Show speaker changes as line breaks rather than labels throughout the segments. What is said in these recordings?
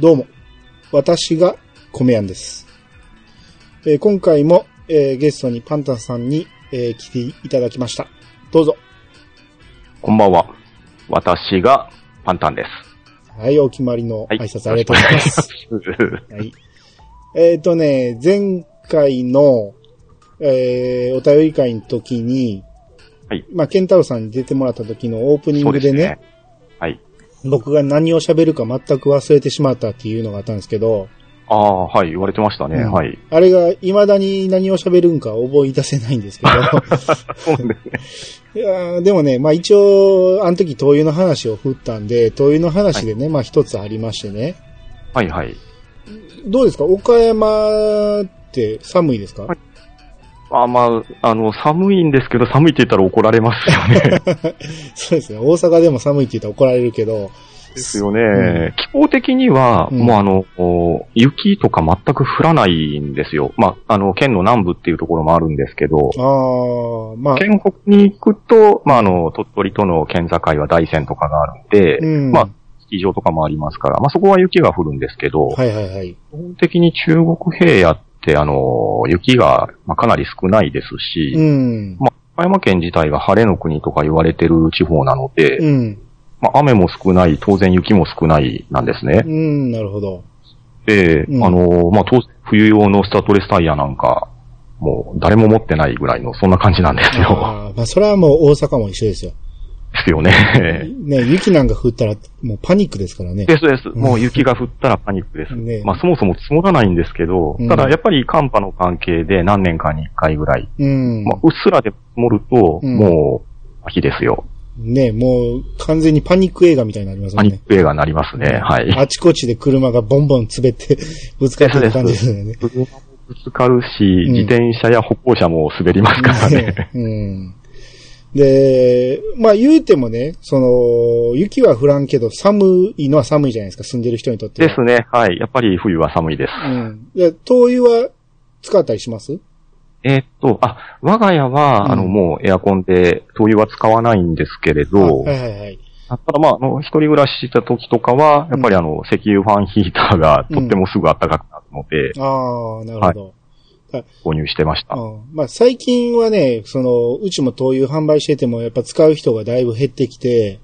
どうも、私が米やんです。えー今回も、えーゲストにパンタンさんに、えー来ていただきました。どうぞ。
こんばんは。私がパンタンです。
はい、お決まりの
は
挨拶ありがとうございます。
よろしくお願いします。
はい。えっ、とね、前回の、えーお便り会の時に、
はい
まあ、ケンタロウさんに出てもらった時のオープニン
そう
グ
で
ですね、
ね。はい。
僕が何を喋るか全く忘れてしまったっていうのがあったんですけど、
ああ、はい。言われてましたね。
うん
はい。
あれが未だに何を喋るんか覚え出せないんですけど、
そうですね。
いやーでもね、まあ一応、あの時灯油の話を振ったんで、灯油の話でね、まあ一つありましてね。
はいはい。
どうですか岡山って寒いですか、
はいあまあ、あの、寒いんですけど、寒いって言ったら怒られます よね。
そうですね。大阪でも寒いって言ったら怒られるけど、
ですよね。気候的には、
うん
もうあの、お雪とか全く降らないんですよ。まあ、あの、県の南部っていうところもあるんですけど、
ああ、まあ、
県北に行くと、まあ、あの、鳥取との県境は大山とかがあるんで、
うん。
まあスキー場とかもありますから、まあ、そこは雪が降るんですけど、
はいはいはい。
基本的に中国平野って、あの、雪がまあかなり少ないですし、
うん。
岡山県自体が晴れの国とか言われてる地方なので、
うん。
まあ、雨も少ない、当然雪も少ないなんですね。
うん、なるほど。
で、
うん
あの、まあ、当冬用のスタッドレスタイヤなんか、もう誰も持ってないぐらいの、そんな感じなんですよ。
あーまあ、それはもう大阪も一緒ですよ。
ですよね。
ね、雪なんか降ったら、もうパニックですからね。
ですです。
ん
もう雪が降ったらパニックです。
ね
まあ、そもそも積もらないんですけど、
うん
ただやっぱり寒波の関係で何年かに1回ぐらい、
うん。
まあ、うっすらで盛ると、
うん
もう、秋ですよ。
ね、もう完全にパニック映画みたいになりますよ
パ
ね。
ニック映画になりますね。はい。
あちこちで車がボンボン滑って、 ぶつかってる感じですよね。
車もぶつかる
う
し、
ん
自転車や歩行者も滑りますからね。
ねうん。で、まあ言うてもね、その、雪は降らんけど、寒いのは寒いじゃないですか、住んでる人にとっては。
ですね。はい。やっぱり冬は寒いです。
うん。で、灯油は使ったりします
えーっと、あ、我が家は、
うん
あの、もうエアコンで、灯油は使わないんですけれど、
はいはいはい。
ただまあ、あの、一人暮らししてた時とかは、やっぱりあの、石油ファンヒーターがとってもすぐ暖かくなるので、
ああ、なるほど。
購入してました。
うんまあ最近はね、その、うちも灯油販売してても、やっぱ使う人がだいぶ減ってきて、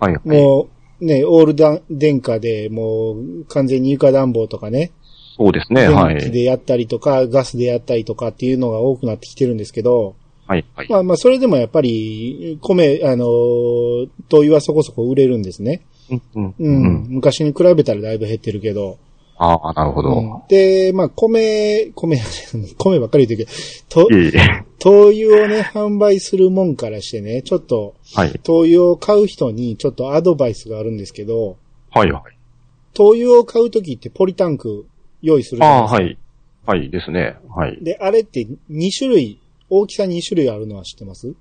はい、はい。
もう、ね、オールダン電化で、もう、完全に床暖房とかね、
そうですね。は
電気
い。
でやったりとか、ガスでやったりとかっていうのが多くなってきてるんですけど、
はい、はい。
まあまあ、それでもやっぱり、米、あのー、灯油はそこそこ売れるんですね。
うん、うん、
う。
うんん。
昔に比べたらだいぶ減ってるけど。
ああ、なるほ
う
ど。
んで、まあ、米、米、 米ばっかり言ってるけど、と
いえいえ。
灯油をね、販売するもんからしてね、ちょっと、
はい。
灯油を買う人にちょっとアドバイスがあるんですけど、
はいはい。
灯油を買うときってポリタンク用意するじ
あ
ゃない
あ、
ですか。
はい。はい、ですね。はい。
で、あれって2種類、大きさ2種類あるのは知ってます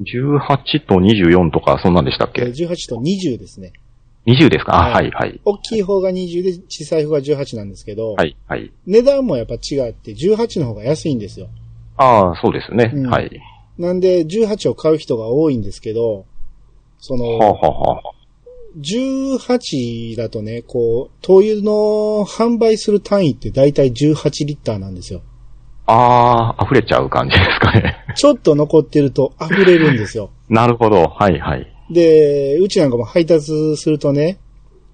18と24とか、そんなんでしたっ
え
け
ー ?18 と20ですね。
?20 ですかあ、
は
はいい、はい。
大きい方が20で小さい方が18なんですけど、
はい、はい。
値段もやっぱ違って18の方が安いんですよ。
ああ、そうですね
うん。
はい。
なんで18を買う人が多いんですけど、そ
は
の
あ、、はあはあ、
18だとね、こう、灯油の販売する単位ってだいたい18リッターなんですよ。
ああ、溢れちゃう感じですかね。
ちょっと残ってると溢れるんですよ。
なるほど。はい、はい。
で、うちなんかも配達するとね、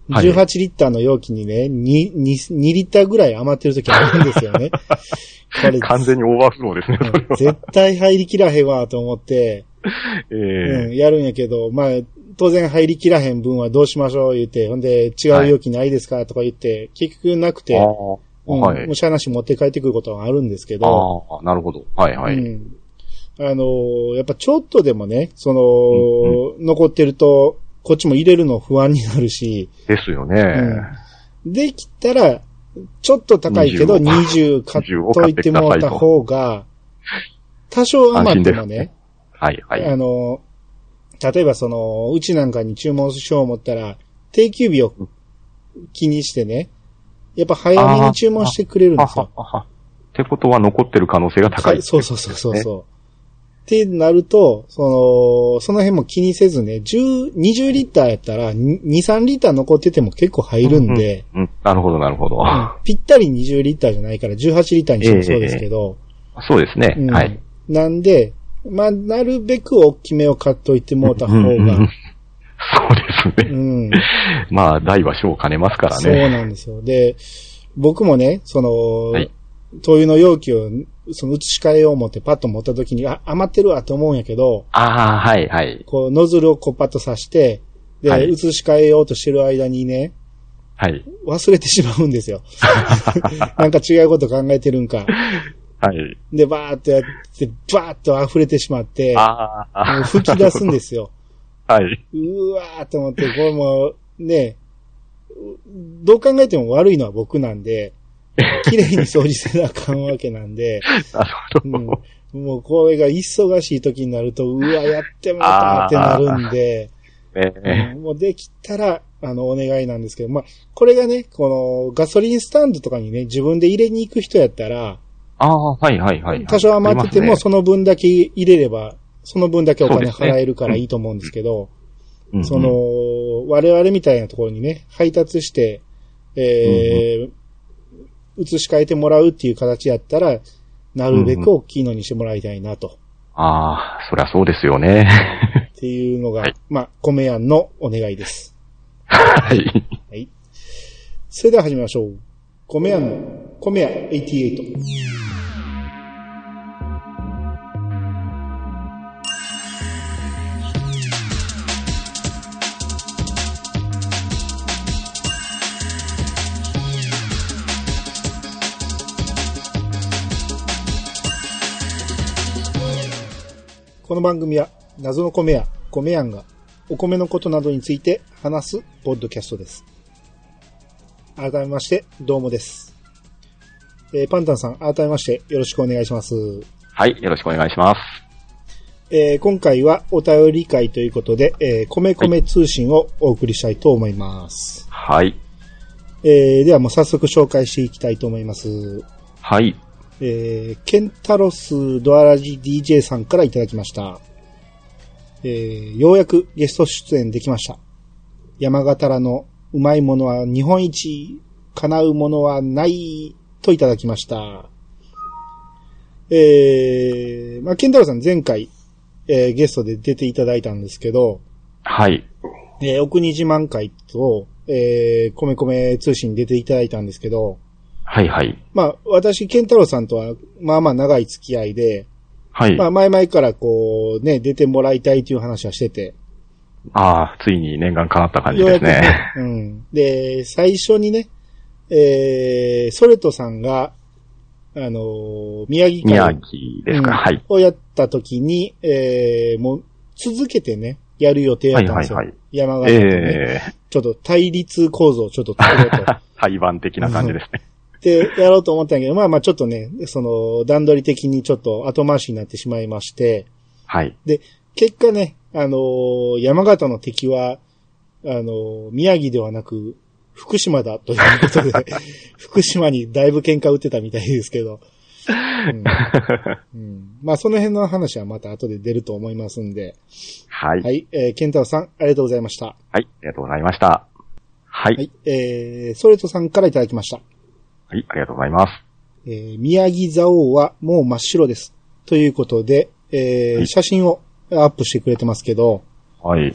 はい
18リッターの容器にね、2, 2, リッターぐらい余ってる時あるんですよ ね。これ、
完全にオーバーフローですね、それは。
絶対入りきらへんわと思って、う
ええ
ん、やるんやけど、まあ、当然入りきらへん分はどうしましょう言って、ほんで、違う容器ないですかとか言って、結局なくて、
あ
う
あ、
ん
はい
もう。しゃあなし持って帰ってくることはあるんですけど、
ああ、なるほど。はい、は
う
い。
ん。あのーやっぱちょっとでもね、その、残ってると、こっちも入れるの不安になるし、
ですよ
う
ね。
できたら、ちょっと高いけど、20
20
買っといてもらった方が、多少余ってもね、
はい、はい。
あの、例えばその、うちなんかに注文しよう思ったら、定休日を気にしてね、やっぱ早めに注文してくれるん
は
です
は
よ。
はは。ってことは残ってる可能性が高い。
そうそうそうそうそう。ってなると、その、その辺も気にせずね、10、20リッターやったら、2、3リッター残ってても結構入るんで、
うん、なるほど、なるほど。
ぴったり20リッターじゃないから、18リッターにしてもそうですけど、
そうですね。
うん
はい。
なんで、まあ、なるべく大きめを買っといてもうた方
うんうんう
が
ん、そうで
う
すね。
ん、
まあ、大は小を兼ねますから
そう
ね。
なんですよ。で、僕もね、その、
はい
灯油の容器を、その移し替えよう思ってパッと持った時に、あ、余ってるわと思うんやけど、
ああ、はい、はい。
こう、ノズルをこうパッと刺して、で、
はい
移し替えようとしてる間にね、
はい。
忘れてしまうんです よ。なんか違うこと考えてるんか。
はい。
で、バーっとやって、バーっと溢れてしまって、
あ
もう
あ、
吹き出すんですよ。
はい。
うわーと思って、これもう、ね、どう考えても悪いのは僕なんで、綺麗に掃除せなあかんわけなんで、
なる
う
ほど。
ん、もうこれが忙しい時になると、うわ、やってもうたってなるんで、
ね
うんもうできたら、あの、お願いなんですけど、まあ、これがね、この、ガソリンスタンドとかにね、自分で入れに行く人やったら、
ああ、はい、はい、はい。
多少余ってて
ありま
も、
す
その分だけ入れれば、その分だけお金
そうですね
払えるからいいと思うんですけど、
ね
そ、
うんうん
の、我々みたいなところにね、配達して、えー、移し替えてもらうっていう形やったら、なるべく大きいのにしてもらいたいなと、
ああ、そりゃそうですよね。
っていうのが、
はい
まあ、米屋のお願いです。
はい。
はい。それでは始めましょう。米屋の、米屋88。この番組は謎の米屋、米屋がお米のことなどについて話すポッドキャストです。改めまして、どうもです。えーパンタンさん、改めましてよろしくお願いします。
はい、よろしくお願いします。
えー今回はお便り会ということで、えー、米米通信をお送りしたいと思います。
はい。
えーではもう早速紹介していきたいと思います。
はい。
えーケンタロスドアラジ DJ さんからいただきました。えーようやくゲスト出演できました。山形らのうまいものは日本一、叶うものはない、といただきました。えーまあ、ケンタロスさん前回、えーゲストで出ていただいたんですけど、
はい。
えー、奥に自慢会と、えー、コメコメ通信に出ていただいたんですけど、
はい、はい。
まあ、私、健太郎さんとは、まあまあ長い付き合いで、
はい。
ま
あ
あ、前々からこう、ね、出てもらいたいという話はしてて。
あ、ついに念願叶った感じです
ようや
ね。
くね。うん。で、最初にね、えー、ソレトさんが、あのー宮城
宮
県
城ですか、はい。
をやった時に、えー、もう、続けてね、やる予定だったんですよ。
はいはい
山形で、ね
え え
ちょっと対立構造をちょっと作ろうと。
裁判的な感じですね。
で、やろうと思ったんやけど、まあまあちょっとね、その、段取り的にちょっと後回しになってしまいまして、
はい。
で、結果ね、あのー山形の敵は、あのー宮城ではなく、福島だということ で、福島にだいぶ喧嘩打ってたみたいですけど、 うんうんまあその辺の話はまた後で出ると思いますんで、
はい。
は
はい。
い、えー、ケンタロウさん、ありがとうございました。
ありがとうございました。はい。
は
はい。
い、えー、ソレトさんからいただきました。
ありがとうございます。
えー宮城蔵王はもう真っ白です。ということで、えー
はい
写真をアップしてくれてますけど、
はい。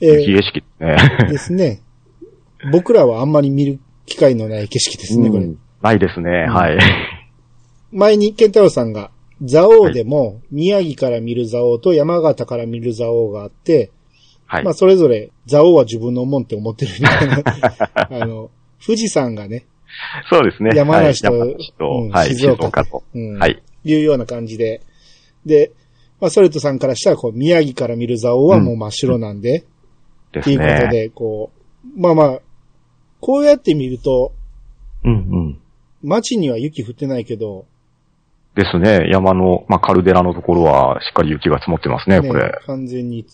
え
雪
ー
景色ですね。
ですね。僕らはあんまり見る機会のない景色ですね、こ
う
れ
ん。ないですね、はい。
前にケンタロウさんが、蔵王でも宮城から見る蔵王と山形から見る蔵王があって、
はい
まあ。それぞれ蔵王は自分のもんって思ってるみた いな。あの、富士山がね、
そうですね。
山梨と
はい山梨と
うん
はい、
静
静
岡
岡と。
うん
はい。
いうような感じで。で、まあソレトさんからしたら、こう、宮城から見る蔵王はもう真っ白なんで、
で
っ
す
ていうこと
ね。
で、こう、まあまあ、こうやって見ると、
うんうん。
街には雪降ってないけど、
ですね。山の、まあ、カルデラのところは、しっかり雪が積もってますね、これ。
完全に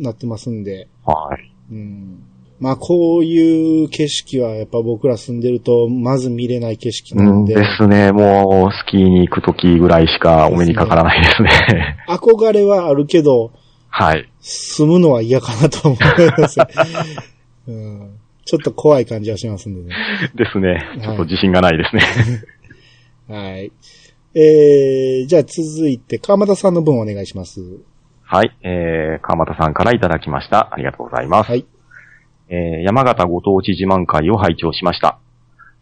なってますんで、
はい。
うん。まあこういう景色はやっぱ僕ら住んでるとまず見れない景色
う
なん
ん、
で、
ですね。もう、スキーに行くときぐらいしかお目にかからないですね。
憧れはあるけど、
はい。
住むのは嫌かなと思い ます、うん。ちょっと怖い感じはしますんでね。
ですね。ちょっと自信がないで すね。
はい。えー、じゃあ続いて、川又さんの分お願いします。
はい。えー、川又さんからいただきました。ありがとうございます。
はい。
えー山形ご当地自慢会を拝聴しました。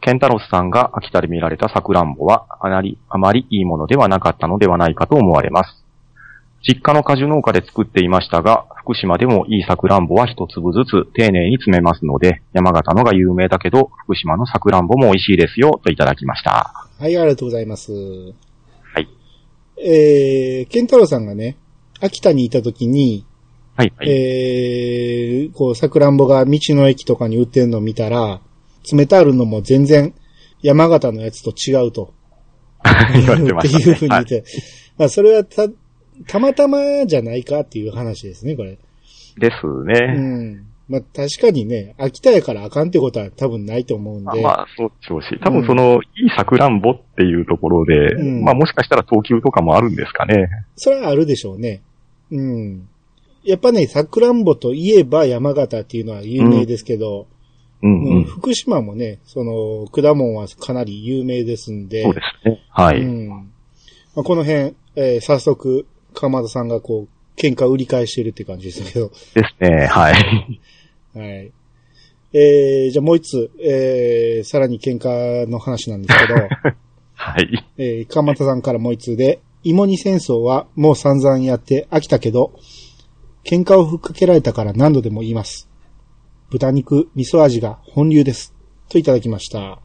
ケンタロスさんが秋田で見られたサクランボはあまり、あまりいいものではなかったのではないかと思われます。実家の果樹農家で作っていましたが、福島でもいいサクランボは一粒ずつ丁寧に詰めますので、山形のが有名だけど、福島のサクランボも美味しいですよ、といただきました。
はい、ありがとうございます。
はい。
えー、ケンタロウさんがね、秋田にいた時に、
はい、はい。
えー、こう、さくらんぼが道の駅とかに売ってるのを見たら、冷たあるのも全然山形のやつと違うと。
言われてまし
って
た、ね。
いうふうに
は
言っ
い
て。まあ、それはた、たまたまじゃないかっていう話ですね、これ。
です
う
ね。
ん。まあ、確かにね、秋田やからあかんってことは多分ないと思うん
まあ
で。
まあ、そうでしょうし、多分その、いいサクランボっていうところで、
うん
まあもしかしたら等級とかもあるんですかね。
それはあるでしょうね。うん。やっぱね、さくらんぼといえば山形っていうのは有名ですけど、
うんう
うん
ん。
福島もね、その、果物はかなり有名ですんで。
そうですね。は
う
い。
んまあ、この辺、えー早速、鎌田さんがこう、喧嘩売り返してるって感じですけど。
ですね。はい。
はい。えー、じゃあもう一つ、えー、さらに喧嘩の話なんですけど、
はい。
えー、鎌田さんからもう一通で、芋煮戦争はもう散々やって飽きたけど、喧嘩をふっかけられたから何度でも言います。豚肉、味噌味が本流です。といただきました。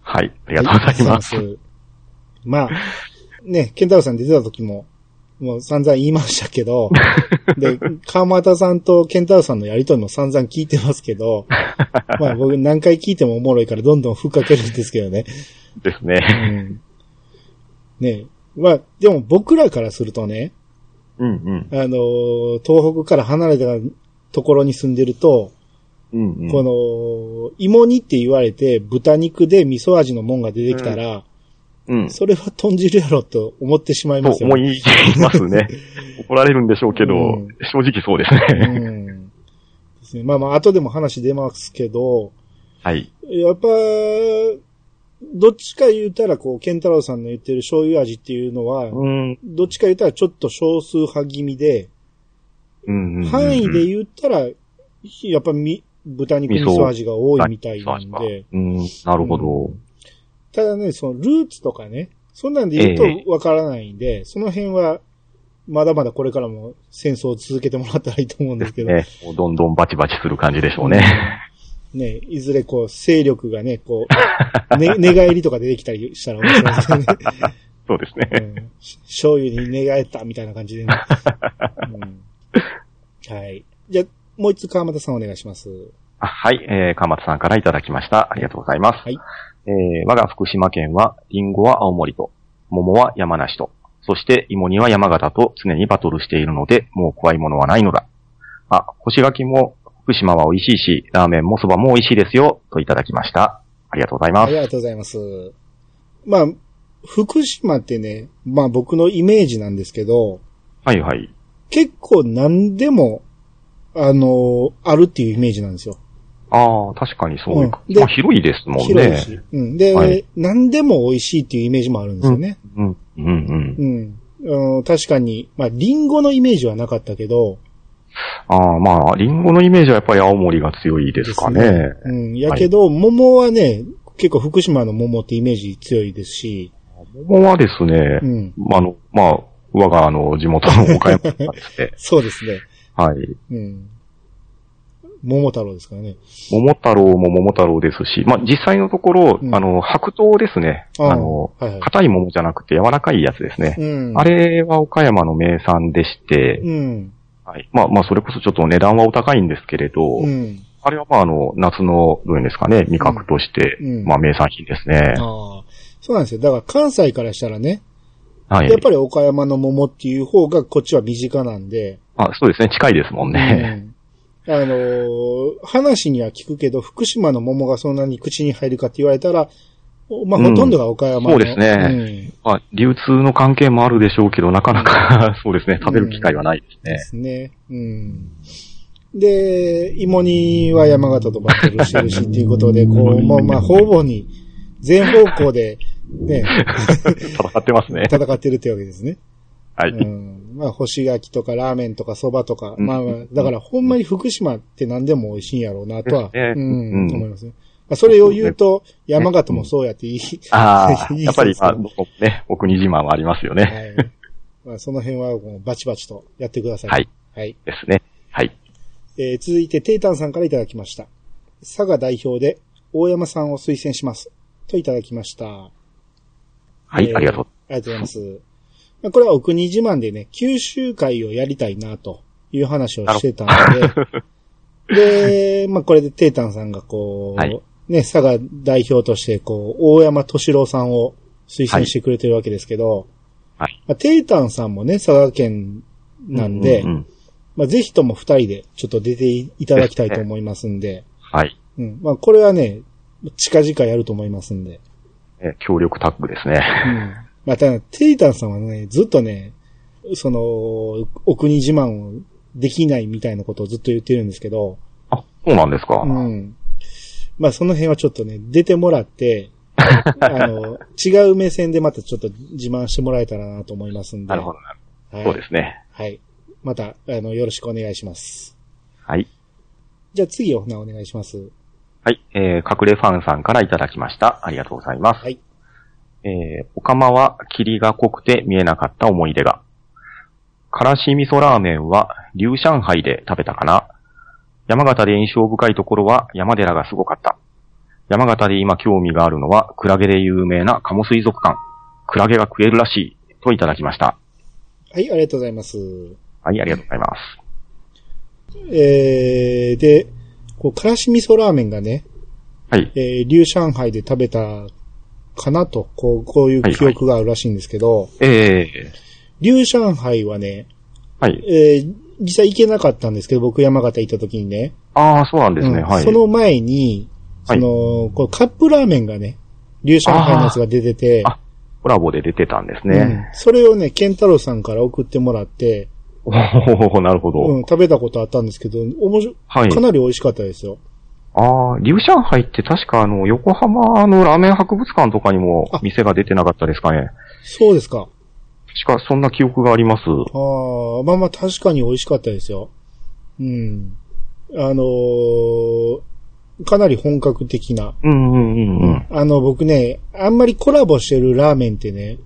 はい。ありがと
は
うございます。
い。ありがとうございますまあ、ね、ケンタロウさん出てた時も、もう散々言いましたけ ど、で、川又さんとケンタロウさんのやりとりも散々聞いてますけ ど、まあ僕何回聞いてもおもろいからどんどんふっかけるんですけどね。
です
う
ね。
ん。ねまあ、でも僕らからするとね、
うんうん。
あのー東北から離れたところに住んでると、
うんうん。
この、芋煮って言われて豚肉で味噌味のもんが出てきたら、
うん。
それは豚汁やろと思ってしまい
と
ますよ、
思いますね。 怒られるんでしょうけど、
うん
正直そうですね。
うん。ですね。まあまあ、後でも話出ますけど、
はい。
やっぱ、どっちか言うたら、こう、ケンタロウさんの言ってる醤油味っていうのは、
うん。うん
どっちか言ったらちょっと少数派気味で、
うんうん。
範囲で言ったら、やっぱみ、豚肉味
味噌
噌味が多いみたいなんで、
うん。なるほど。
ただね、そのルーツとかね、そんなんで言う
え
とわからないんで、その辺は、まだまだこれからも戦争を続けてもらったらいいと思うん
で
です
す
けど、
ね。もうどんどんバチバチする感じでしょうね。
ね、いずれこう、勢力がね、こう、 ね、寝返りとか出てきたりしたら面白いですよね。
そうです
う
ね。
ん、醤油に寝返ったみたいな感じでね。うん、はい。じゃあ、もう一つ川又さんお願いします。
あはい、えー、かまさんからいただきました。ありがとうございます。
はい
えー、我が福島県は、リンゴは青森と、桃は山梨と、そして芋煮は山形と常にバトルしているので、もう怖いものはないのだ。あ、干し柿も福島は美味しいし、ラーメンもそばも美味しいですよ、といただきました。ありがとうございま
あ
す。
りがとうございます。まあ、福島ってね、まあ僕のイメージなんですけど、
はいはい。
結構何でも、あのあるっていうイメージなんですよ。
ああ、確かにそういうか、
うんで
まあ広いですもんね。
広いし。うん。で、
はい
何でも美味しいっていうイメージもあるんですよね。
うん、うん、うん。
うん。うん、確かに、まあ、リンゴのイメージはなかったけど、
ああ、まあ、リンゴのイメージはやっぱり青森が強いですかね。
うん。やけど、桃はね、結構福島の桃ってイメージ強いですし、
桃はですね、
うん。
まあ、あの、まあ、我があの、地元の岡山なんです ね
そうですね。
はい。
うん。桃太郎ですからね。
桃太郎も桃太郎ですし、まあ、実際のところ、
うん
あの、白桃ですね。あの、
はいはい。
硬い桃じゃなくて柔らかいやつですね。
うん。
あれは岡山の名産でして、
うん。
はい、まあまあそれこそちょっと値段はお高いんですけれど、
うん。
あれはまああの夏の、どういうんですかね、味覚として、
うん
まあ名産品ですね。
ああ。そうなんですよ。だから関西からしたらね、
はい
やっ。ぱり岡山の桃っていう方がこっちは身近なんで、
まあそうですね、近いですもんね。
うんあのー話には聞くけど、福島の桃がそんなに口に入るかって言われたら、おまあ、
うん
ほとんどが岡山の、
そうですね まあ、流通の関係もあるでしょうけど、なかなか そうですね、食べる機会はないです
うん。で
ね。
すね。うん。で、芋煮は山形とバトルしてるしっていうことで、こう、もうまあ、方々に、全方向で、 ね、
戦ってますね。
戦ってるってわけですね。
はい。
うん。まあ、干し柿とかラーメンとか蕎麦とか、
うん
まあまあ、だからほんまに福島って何でも美味しいんやろうなとは、
で
う
す
ん、
ねうん
思いますね。まあ、それを言うと、山形もそうやっていい。
あ あ、
いい
やっぱり、
そうそ
まあ、
う
どこもね、お国自慢はありますよね。
は い。まあ、その辺はもうバチバチとやってください。
はい。
はい。
ですね。はい。
えー続いて、テイタンさんからいただきました。佐賀代表で、大山さんを推薦します。といただきました。
はい、
えー
ありがとう。
ありがとうございます。まあ、これはお国自慢でね、九州会をやりたいなという話をしてたので、で、まあ、これでテータンさんがこう、
はい
ね、佐賀代表としてこう、大山敏郎さんを推薦してくれてるわけですけど、
はい
まあ、テータンさんもね、佐賀県なんで、
うううん
まあ、ぜひとも二人でちょっと出ていただきたいと思いますんで、
はい。
うん、まあ、これはね、近々やると思いますんで、
え協力タッグですね。
うんまあただ、テイタンさんはね、ずっとね、その、お国自慢をできないみたいなことをずっと言ってるんですけど、
あ、そうなんですか。
うん。まあその辺はちょっとね、出てもら って、あの、違う目線でまたちょっと自慢してもらえたらなと思いますんで。
なるほどな。
はい、
そうですね。
はい。また、あの、よろしくお願いします。
はい。
じゃあ次をなお願いします。
はい、えー、隠れファンさんからいただきました。ありがとうございます。
はい。
えー、おかまは霧が濃くて見えなかった思い出が。からし味噌ラーメンは、龍上海で食べたかな。山形で印象深いところは山寺がすごかった。山形で今興味があるのは、クラゲで有名な鴨水族館。クラゲが食えるらしい。といただきました。
はい、ありがとうございます。
はい、ありがとうございます。
えー、で、こう、からし味噌ラーメンがね、
はい。
えー、龍上海で食べたかなと、こう、こういう記憶があるらしいんですけど、
え
龍上海はね、
ー、はい。
えー実際行けなかったんですけど、僕山形行った時にね。
ああ、そうなんですね。
うん
はい。
その前に、そ
はい
の、こうカップラーメンがね、龍上海のやつが出てて、
あコラボで出てたんです
うん
ね。
それをね、ケンタロウさんから送ってもらって、
おー、なるほど。
うん、食べたことあったんですけど、おもし
はい。
かなり美味しかったですよ。
ああ、リュウシャンハイって確かあの、横浜のラーメン博物館とかにも
あ
店が出てなかったですかね。
そうですか。
確かそんな記憶があります。
ああ、まあまあ確かに美味しかったですよ。うん。あのーかなり本格的な。
うんうんうんうん。
あの、僕ね、あんまりコラボしてるラーメンってね、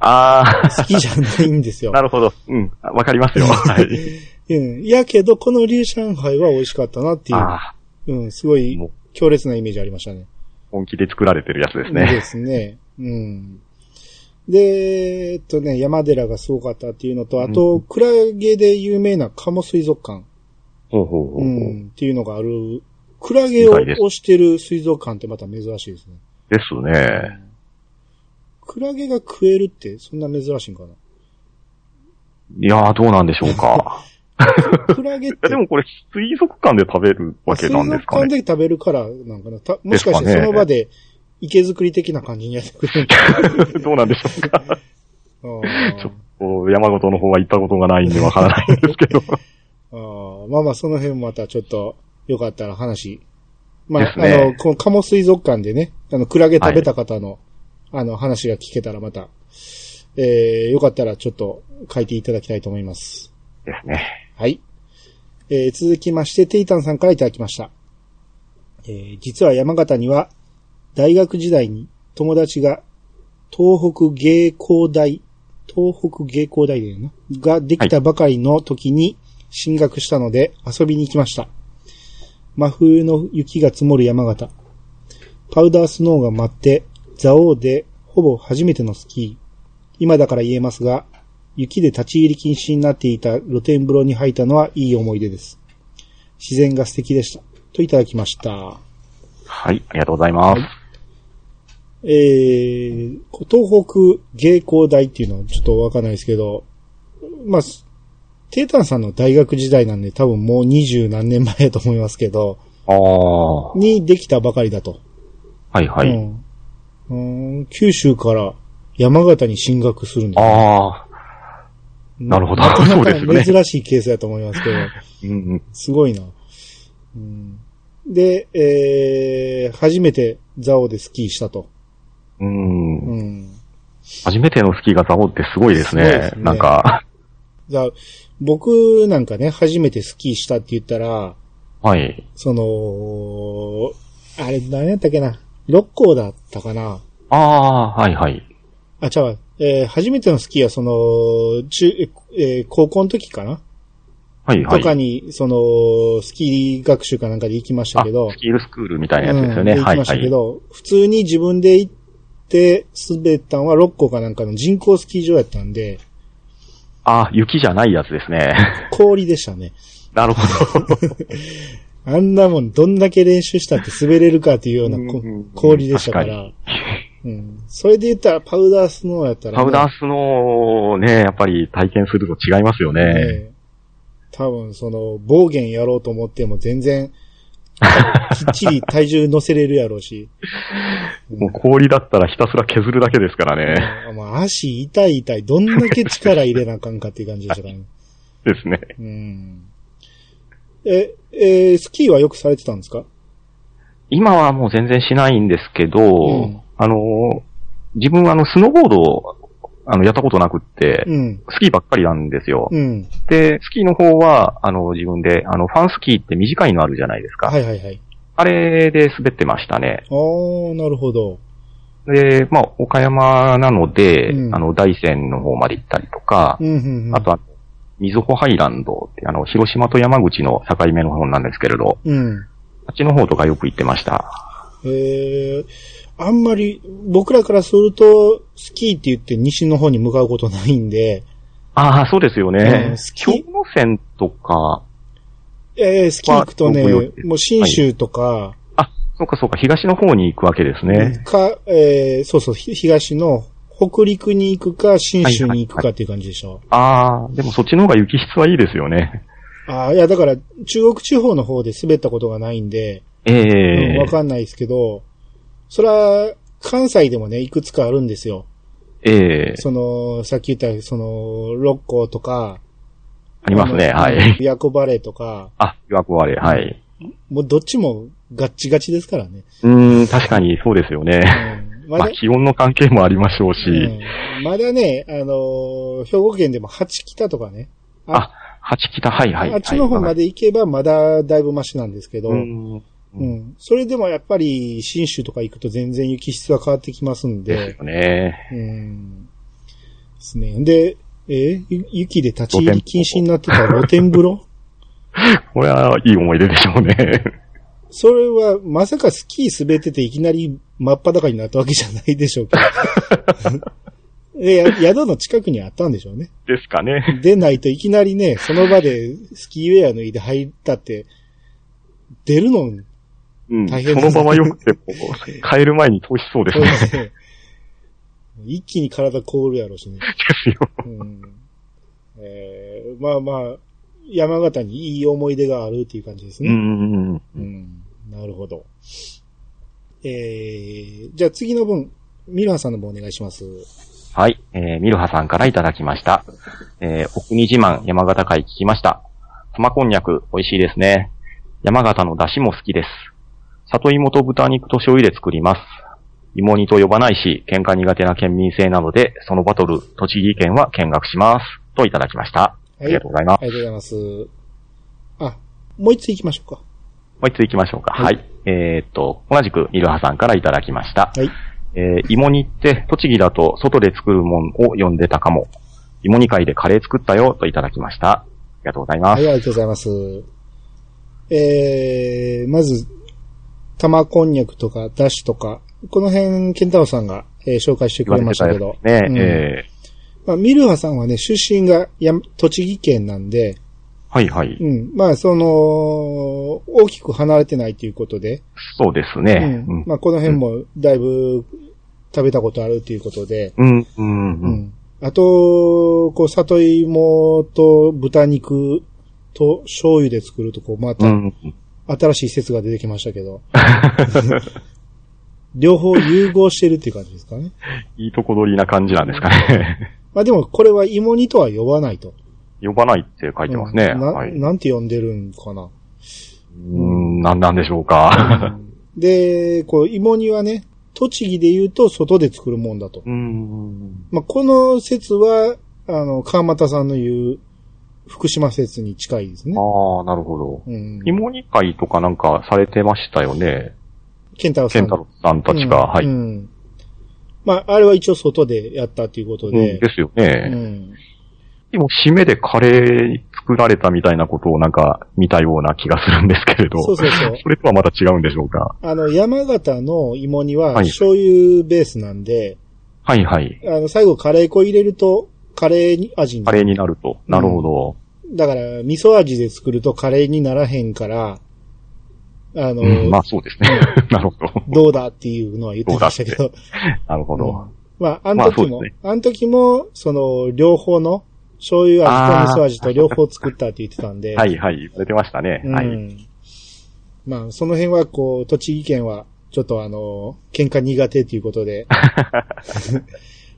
ああ、
好きじゃないんですよ。
なるほど。うん。わかりますよ。はい。
うん。やけど、この龍上海は美味しかったなっていう、
ああ、
うん、すごい
もう
強烈なイメージありましたね。
本気で作られてるやつです
で
ね。
すね。うん。で、えっとね、山寺がすごかったっていうのと、あと、クラゲで有名な鴨水族館。
ほうほうほうほ
う
う。
ん、っていうのがある。クラゲを
意外です
押してる水族館ってまた珍しいですね。
ですね。
クラゲが食えるってそんな珍しいんか
いやー、どうなんでしょう か。
なクラゲっ
いや
て
でもこれ、水族館で食べるわけ
水
なんで
族
すか
館
ね。
で食べるからなんかなたもしかし
で
て
す
そ
かね
の場で池作り的な感じにやってくれるんか
どうなんでしょうか。 ちょっ
な
と、山形の方は行ったことがないんでわからないんですけど。
あーまあまあその辺もまたちょっとよかったら話。ま
で
あ、
すね
あの、この鴨水族館でね、あの、クラゲ食べた方の、あの、話が聞けたらまた、えー、よかったらちょっと書いていただきたいと思います。
ですね。
はい。えー続きまして、テイタンさんからいただきました。えー実は山形には、大学時代に友達が、東北芸工大、東北芸工大だよな、ができたばかりの時に進学したので遊びに行きました。真冬の雪が積もる山形。パウダースノーが舞って、蔵王でほぼ初めてのスキー。今だから言えますが、雪で立ち入り禁止になっていた露天風呂に入ったのはいい思い出です。自然が素敵でした。といただきました。
はい、ありがとうございます。
えー、東北芸工大っていうのはちょっとわかんないですけど、まあ、すテータンさんの大学時代なんで多分もう二十何年前だと思いますけど、
ああ。は
にできたばかりだと。
いはい。
うんうーん九州から山形に進学するんですね
ああ。なるほど
なかな
そう
か
ですよね
珍しいケースだと思いますけど、
うんうん。
すごいな。うんで、えー、初めてザオでスキーしたと。
うん
うん
初めてのスキーがザオってすごいですね。
すごいですね
なんか、
だ僕なんかね、初めてスキーしたって言ったら、
はい。
その、あれ、何やったっけな。六甲だったかな。
ああ、はいはい。
あ、違うわ。えー初めてのスキーは、その、中、えー高校の時かな、
はいはい。
とかに、その、スキー学習かなんかで行きましたけど
あ、ス。キールスクールみたいなやつですよ
う
ね。
ん行
は
き
い
まし
は
たけ
い。
ど、普通に自分で行って滑ったんは六甲かなんかの人工スキー場やったんで、
あ、雪じゃないやつですね。
氷でしたね。
なるほど。
あんなもん、どんだけ練習したって滑れるかっていうようなこ
うんうん
氷でしたから。うん。それで言ったら、パウダースノーやったらね、
パウダースノーね、やっぱり体験すると違いますよね。
ね多分、その、暴言やろうと思っても全 然、きっちり体重乗せれるやろうし。うん
もう氷だったらひたすら削るだけですからね。
もう足痛い痛い。どんだけ力入れなあかんかっていう感じでしたからね。
ですね。
うん。え、えースキーはよくされてたんですか
今はもう全然しないんですけど、
うん
あの、自分はあの、スノーボードを、あの、やったことなくって、
うん。
スキーばっかりなんですよ。
うん。
で、スキーの方は、あの、自分で、あの、ファンスキーって短いのあるじゃないですか。
はいはいはい。
あれで滑ってましたね。
あー、なるほど。
で、まあ、岡山なので、
うん
あの、大山の方まで行ったりとか
う、ん、うん、うん。
あとは、みずほハイランドって、あの、広島と山口の境目の方なんですけれど、
うん。
あっちの方とかよく行ってました。
えー、あんまり、僕らからすると、スキーって言って西の方に向かうことないんで、
ああ、そうですよ
う
ね
ん。スキ
京
ー
野線とか、
えー、スキー行くとね
まあ東、京
もう新州とか、
あ、そうかそうか、東の方に行くわけですね。
か、えー、そうそう、ひ東の北陸に行くか、新州に行くかっていう感じでしょ。
ああ、でもそっちの方が雪質はいいですよね。
ああ、いや、だから、中国地方の方で滑ったことがないんで、
え
うん
え
わ、かんないですけど、それは、関西でもね、いくつかあるんですよ。
ええ
その、さっき言った、その、六甲とか、
ありますね、
あ
は
の
い。。
ヤコバレーとか、
あ、予約はあれ、はい。
もうどっちもガッチガチですからね。
うーん、確かにそうですよね。
うん、ま
ま
だ
あ、、気温の関係もありましょうし、
うんまだね、あのー兵庫県でも八北とかね。
あ、八北、はいはい。
あっちの方ま
で。
で行けばまだだいぶマシなんですけど、
う
うん。
ん、
それでもやっぱり、新州とか行くと全然雪質は変わってきますん
で
で、
すよね。
うん。ですね。で、えーゆ雪で立ち入り禁止になってた露天風呂
これはいい思い出でしょうね。
それは、まさかスキー滑ってていきなり真っ裸になったわけじゃないでしょうけ ど。で、や宿の近くにあったんでしょうね。
ですかね。
でないといきなりね、その場でスキーウェア脱いで入ったって、出るの、
うん。そ
大変です
のままよくても、帰る前に通しそうです
これ
ね。
ね、一気に体凍るやろうしね。
ですよ。
うんえーまあまあ、山形にいい思い出があるっていう感じです
う
ね。
ん。
うんなるほど。えー、じゃあ次の分、ミルハさんの分お願いします。
はい。えー、ミルハさんからいただきました。えー、お国自慢山形会聞きました。玉こんにゃく美味しいですね。山形の出汁も好きです。里芋と豚肉と醤油で作ります。芋煮と呼ばないし、喧嘩苦手な県民性なので、そのバトル、栃木県は見学します。といただきました。ありがとうございます。
ありがとうございます。あ、もう一つ行きましょうか。
もう一つ行きましょうか。
は
はいい。えーっと、同じくミルハさんからいただきました。
はい。
えー芋煮って栃木だと外で作るもんを呼んでたかも。芋煮会でカレー作ったよといただきました。ありがとうございま
は
す。
い、ありがとうございます。えー、まず、玉こんにゃくとか、だしとか、この辺、ケンタロウさんが、えー紹介してくれましたけど。
言われてたやつ
うん
ですね、え
まあ、ミルハさんはね、出身がや栃木県なんで、
ーはいはい。
うん、まあ、その、大きく離れてないということで、
そうです
う
ね。うんん。
まあ、この辺もだいぶ食べたことあるということで、
うん。うん。うん。
うんあと、こう、里芋と豚肉と醤油で作ると、こう、ま
う
た
ん。
新しい説が出てきましたけ ど。両方融合してるっていう感じですかね。
いいとこ取りな感じなんですかね。
まあでも、これは芋煮とは呼ばないと。
呼ばないって書いてますね。
うんな
はい。う
なんて呼んでるんかな。
ーん、なんなんでしょうか。
で、こう、芋煮はね、栃木で言うと外で作るもんだと。
うーん。
まあ、この説は、あの、川又さんの言う福島説に近いですね。
ああ、なるほど。
うん。
芋煮会とかなんかされてましたよね。
ケンタロウ
ケ
さん
ンタロウさんたちが。
うん
はい。
う
うん
ん。まあ、あれは一応外でやったということで。
ですよ
う
ね。
ん。
でも、締めでカレー作られたみたいなことをなんか見たような気がするんですけれど。
そうそうそう。
それとはまた違うんでしょうか。
あの、山形の芋煮は
はい
醤油ベースなんで、
はいはい。
あの、最後カレー粉入れると、カレー味に
カレーになると。なるほど。
だから、味噌味で作るとカレーにならへんから、あの、
うん、まあそうですね。 なるほど。
どうだっていうのは言ってましたけど。
なるほど。
うん まあ、あの時
まあそ
も、
うです
あの時も、その、両方の、醤油味と味噌味と両方作ったって言ってたんで。
はいはい。言われてましたね。
うん。
はい。
まあ、その辺は、こう、栃木県は、ちょっとあの、喧嘩苦手ということ で。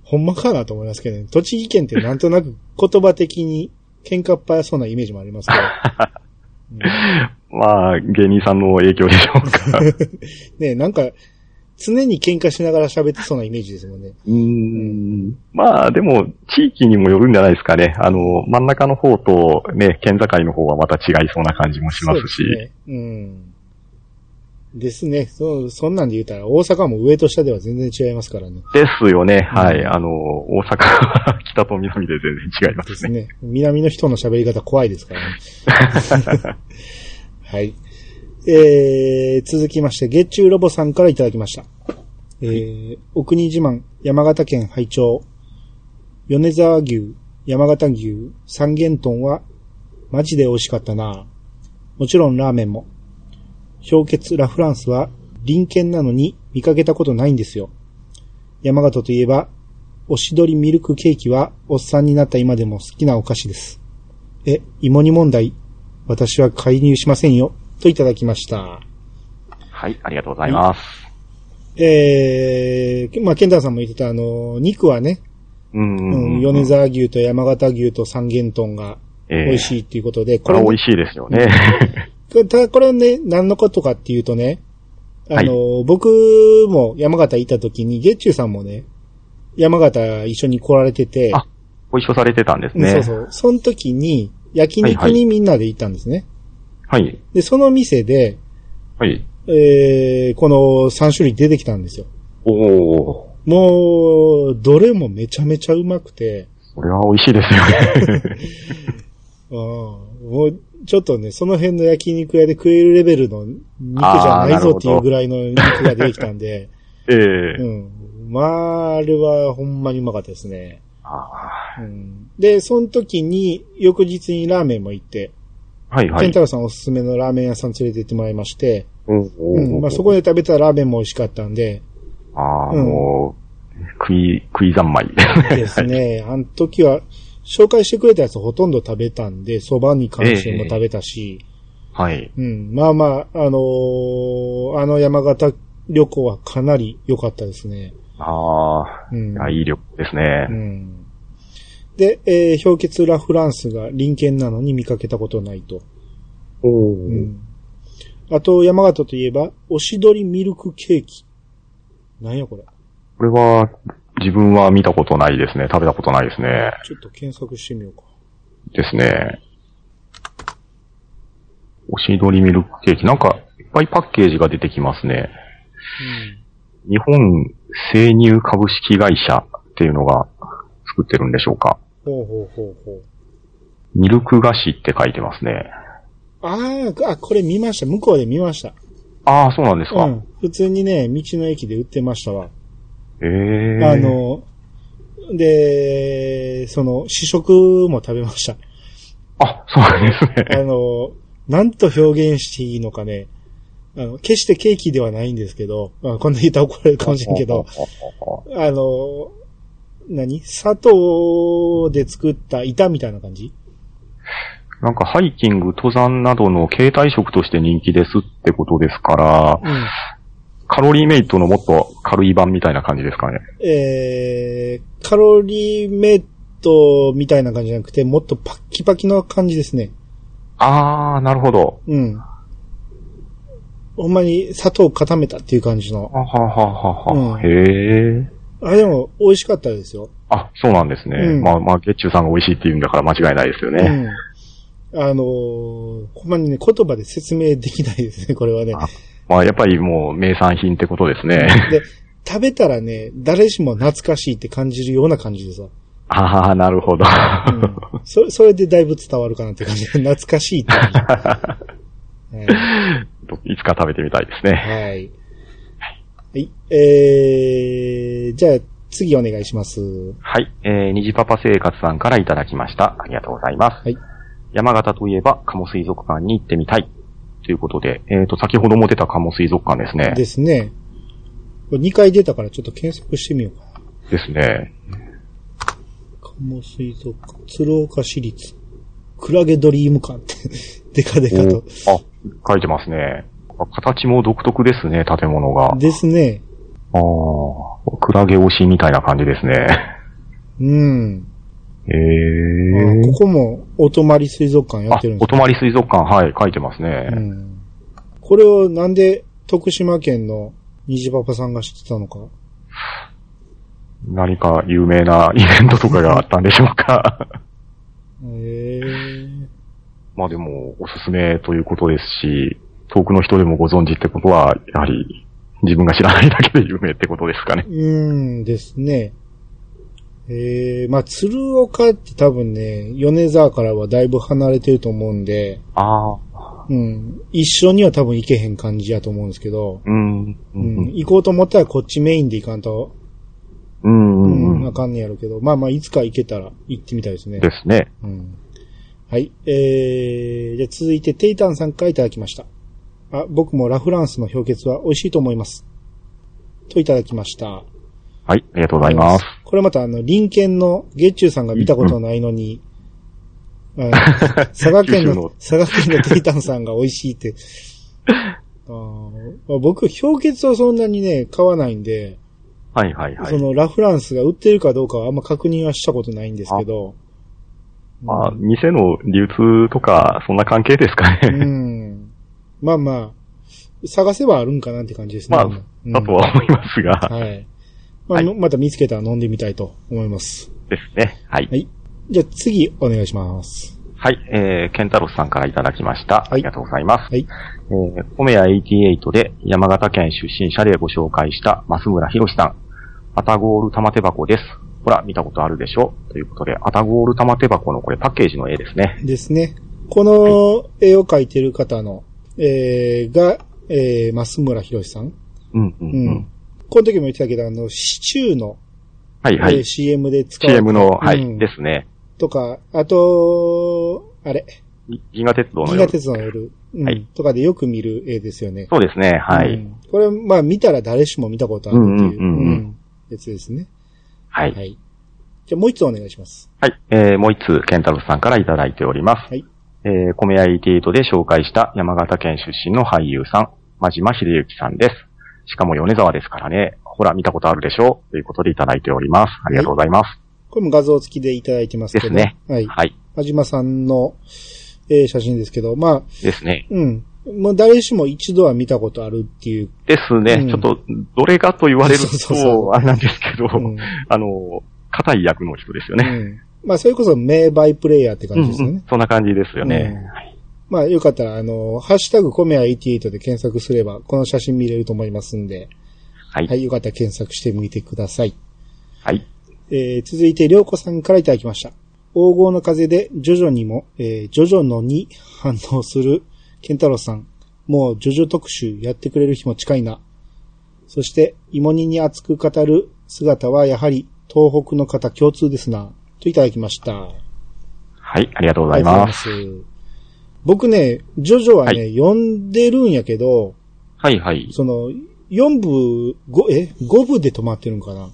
ほんまかなと思いますけどね。栃木県ってなんとなく言葉的に喧嘩っ早そうなイメージもありますけど。
まあ、芸人さんの影響でしょうか。う
ねなんか、常に喧嘩しながら喋 ってそうなイメージですもんね。
ーん。まあ、でも、地域にもよるんじゃないですかね。あの、真ん中の方とね、県境の方はまた違いそうな感じもしますし。
そうですね。うん。ですね。そ、そんなんで言ったら、大阪も上と下では全然違いますからね。
ですよね。は
う
い。
ん
あの、大阪は北と南で全然違いま
ですす
ね。
ね。南の人の喋り方怖いですからね。はい。えー、続きまして、月中ロボさんからいただきました。えー、お国自慢、山形県拝聴米沢牛、山形牛、三元豚は、マジで美味しかったなもちろんラーメンも。氷結ラフランスは、隣県なのに見かけたことないんですよ。山形といえば、おしどりミルクケーキは、おっさんになった今でも好きなお菓子です。え、芋煮問題、私は介入しませんよ、といただきました。
はい。ありがとうございます。
えー、まあ、ケンタさんも言ってた、あの、肉はね、
う
うんん、米沢牛と山形牛と三元豚が美味
い。
しいっていうことで、こ
これ
れ
は美味しいですよね。
ただこれはね、何のことかっていうとね、あの、僕も山形行った時に、月中さんもね、山形一緒に来られてて、
あご一緒されてたんです
うん
ね。
そうそう。その時に、焼肉
はいは
にみんなで行ったんですね。
はい。
で、その店で、
はい。
えー、この3種類出てきたんですよ。
おー。
もう、どれもめちゃめちゃうまくて、
これは美味しいですよね。
うん、もう、ちょっとね、その辺の焼肉屋で食えるレベルの肉じゃないぞっていうぐらいの肉が出てきたん で、
ええ
うん。まあ、あれはほんまにうまかったですね。
あ
うん、で、その時に、翌日にラーメンも行って、
ーはいは
ケン
い
タ。ロウさんおすすめのラーメン屋さん連れて行ってもらいまして、
うん
うん、まあそこで食べたラーメンも美味しかったんで、
ああ、
うん
もう、食い、食 い三昧。
ですね。あの時は、紹介してくれたやつほとんど食べたんで、蕎麦に関しても食べたし、
はい。
うん、まあまあ、あのーあの山形旅行はかなり良かったですね。
ああ、
うん。
いやいい旅行ですね。
うん。で、えー氷結ラフランスが隣県なのに見かけたことないと。
お
う
お。
ん。あと、山形といえば、おしどりミルクケーキ。なんやこれ。
これは、自分は見たことないですね。食べたことないですね。
ちょっと検索してみようか。
ですね。おしどりミルクケーキ。なんか、いっぱいパッケージが出てきますね。日本生乳株式会社っていうのが作ってるんでしょうか。
うん。ほうほうほうほう。
ミルク菓子って書いてますね。
ああ、あ、これ見ました。向こうで見ました。
ああ、そうなんですか。
うん。普通にね、道の駅で売ってましたわ。
ええ
あの、で、その、試食も食べました。
あ、そうなんです
あ
ね。
の、なんと表現していいのかね。あの、決してケーキではないんですけど、まあ、こんな言ったら怒られるかもしれんけど、あの、何砂糖で作った板みたいな感じ
なんかハイキング、登山などの携帯食として人気ですってことですから、
うん。
カロリーメイトのもっと軽い版みたいな感じですかね。
えー、カロリーメイトみたいな感じじゃなくて、もっとパッキパキの感じですね。
あー、なるほど。
うん。ほんまに砂糖を固めたっていう感じの。
はははは
う
は。
ん
へー。
あれでも美味しかったですよ。
あ、そうなんですね。
うん
まあまあ、ゲッチュさんが美味しいって言うんだから間違いないですよね。
うん。あのーほんまにね、言葉で説明できないですね、こ れはね。
あまあ、やっぱりもう名産品ってことです ね。
で、食べたらね、誰しも懐かしいって感じるような感じでさ。
ああ、なるほど。
うん、そそれでだいぶ伝わるかなって感じ で、懐かしいって感じ。はい
いつか食べてみたいですね。
はい。はい。えー、じゃあ次お願いします。
はい。えー、虹パパ生活さんからいただきました。ありがとうございます。
はい
山形といえば、鴨水族館に行ってみたい。ということで、えっ、と、先ほども出た鴨水族館ですね。で
ですね。これ2回出たからちょっと検索してみようかな。
すね。
鴨水族館、鶴岡市立、クラゲドリーム館って、 でかでかと。
おあ、書いてますね。あ形も独特ですね、建物が。
ですね。
ああ、クラゲ推しみたいな感じ ですね。
うん。
へ
あ
え
ここもお泊まり水族館や
あ
ってるん、で
お
す
泊まり水族館、はい、書いてますね。
ねうん。これをなんで徳島県の虹パパさんが知ってたのか。
何か有名なイベントとかがあったんでしょうか。
えー、
まあでも、おすすめということですし、遠くの人でもご存知ってことは、やはり、自分が知らないだけで有名ってことですかね。
うーんですね。えー、まあ、鶴岡って多分ね、米沢からはだいぶ離れてると思うんで、
ああ、
うん、一緒には多分行けへん感じやと思うんですけど、
うん、う
うん、
ん、
行こうと思ったらこっちメインで行かんと、
う、
うん
うん
あ、かんねやろうけど、まあまあ、いつか行けたら行ってみたいですね。
ですね。
うん。はい、えー、じゃあ続いてテイタンさんからいただきました。あ、僕もラフランスの氷結は美味しいと思います。といただきました。
はい、ありがとうございます。
これまたあの、林県の月中さんが見たことないの に、あの佐賀県
九州
の
の、
佐賀県のテイタンさんが美味しいっ て。あー僕、氷結はそんなにね、買わないんで、
はい、はい、は
そ
い。
のラフランスが売ってるかどうかはあんま確認はしたことないんですけど。
まあ、店の流通とか、そんな関係ですか
う
ね。
ん。まあまあ、探せばあるんかなって感じですね。
まあ
うん
だとは思いますが、
はい。まあ
はい
また見つけたら飲んでみたいと思います。
ですね。はい。
はい。じゃあ次、お願いします。
はい、えー、ケンタロスさんからいただきました。ありがとうございます。
はい。
えー、コメヤ88で山形県出身者でご紹介した増村博さん。アタゴール玉手箱です。ほら、見たことあるでしょということで、アタゴール玉手箱のこれパッケージの絵ですね。
ですね。この絵を描いてる方の、えー、が、えー、増村博さん。
うん、うん、
う
うんん。
この時も言ってたけど、あの、シチューの、
はい、は
えー
い。
CM で使う。
CM の、はい、
うん
ですね。
とか、あと、あれ、
ぎ銀河鉄道の
銀
夜
河鉄道の夜、うん
はい
とかでよく見る絵ですよね。
そうですね、は
う
い。
んこれ、まあ見たら誰しも見たことあるっていう、
うんうんうんうん
やつですね。
は。
はいい。じゃあもう一つお願いします。
はい。えー、もう一通、ケンタロスさんからいただいております。
はい。
えー、米屋88で紹介した山形県出身の俳優さん、真島秀幸さんです。しかも米沢ですからね。ほら、見たことあるでしょうということでいただいております。ありがとうございます。
これも画像付きでいただいてますけど。
ですね。
はい。
はい。
まじまさんの、えー写真ですけど、まあ、
ですね。
うん。もう誰しも一度は見たことあるって いう。
ですね。
うん
ちょっと、どれがと言われる
そうそうそう
と、あれなんですけど、
うん。
あの、硬い役の人ですよね。
うんまあ、それこそ名バイプレイヤーって
うん
感じですよね。
うんそんな感じですよね。
うん
はい
まあ、よかったら、あの、ハッシュタグコメア88で検索すれば、この写真見れると思いますんで、
はい。
はい、よかったら検索してみてください。
はい。
えー続いて、りょうこさんからいただきました。黄金の風で、ジョジョにも、えージョジョのに反応する、ケンタロウさん。もう、ジョジョ特集やってくれる日も近いな。そして、芋煮に熱く語る姿は、やはり、東北の方共通ですな。といただきました。
はい。ありがとうございます。
ありがとうございます。僕ね、ジョジョはね、
は
読んでるんやけど、
はいはい。
その、4部、5、え ?5 部で止まってるんかな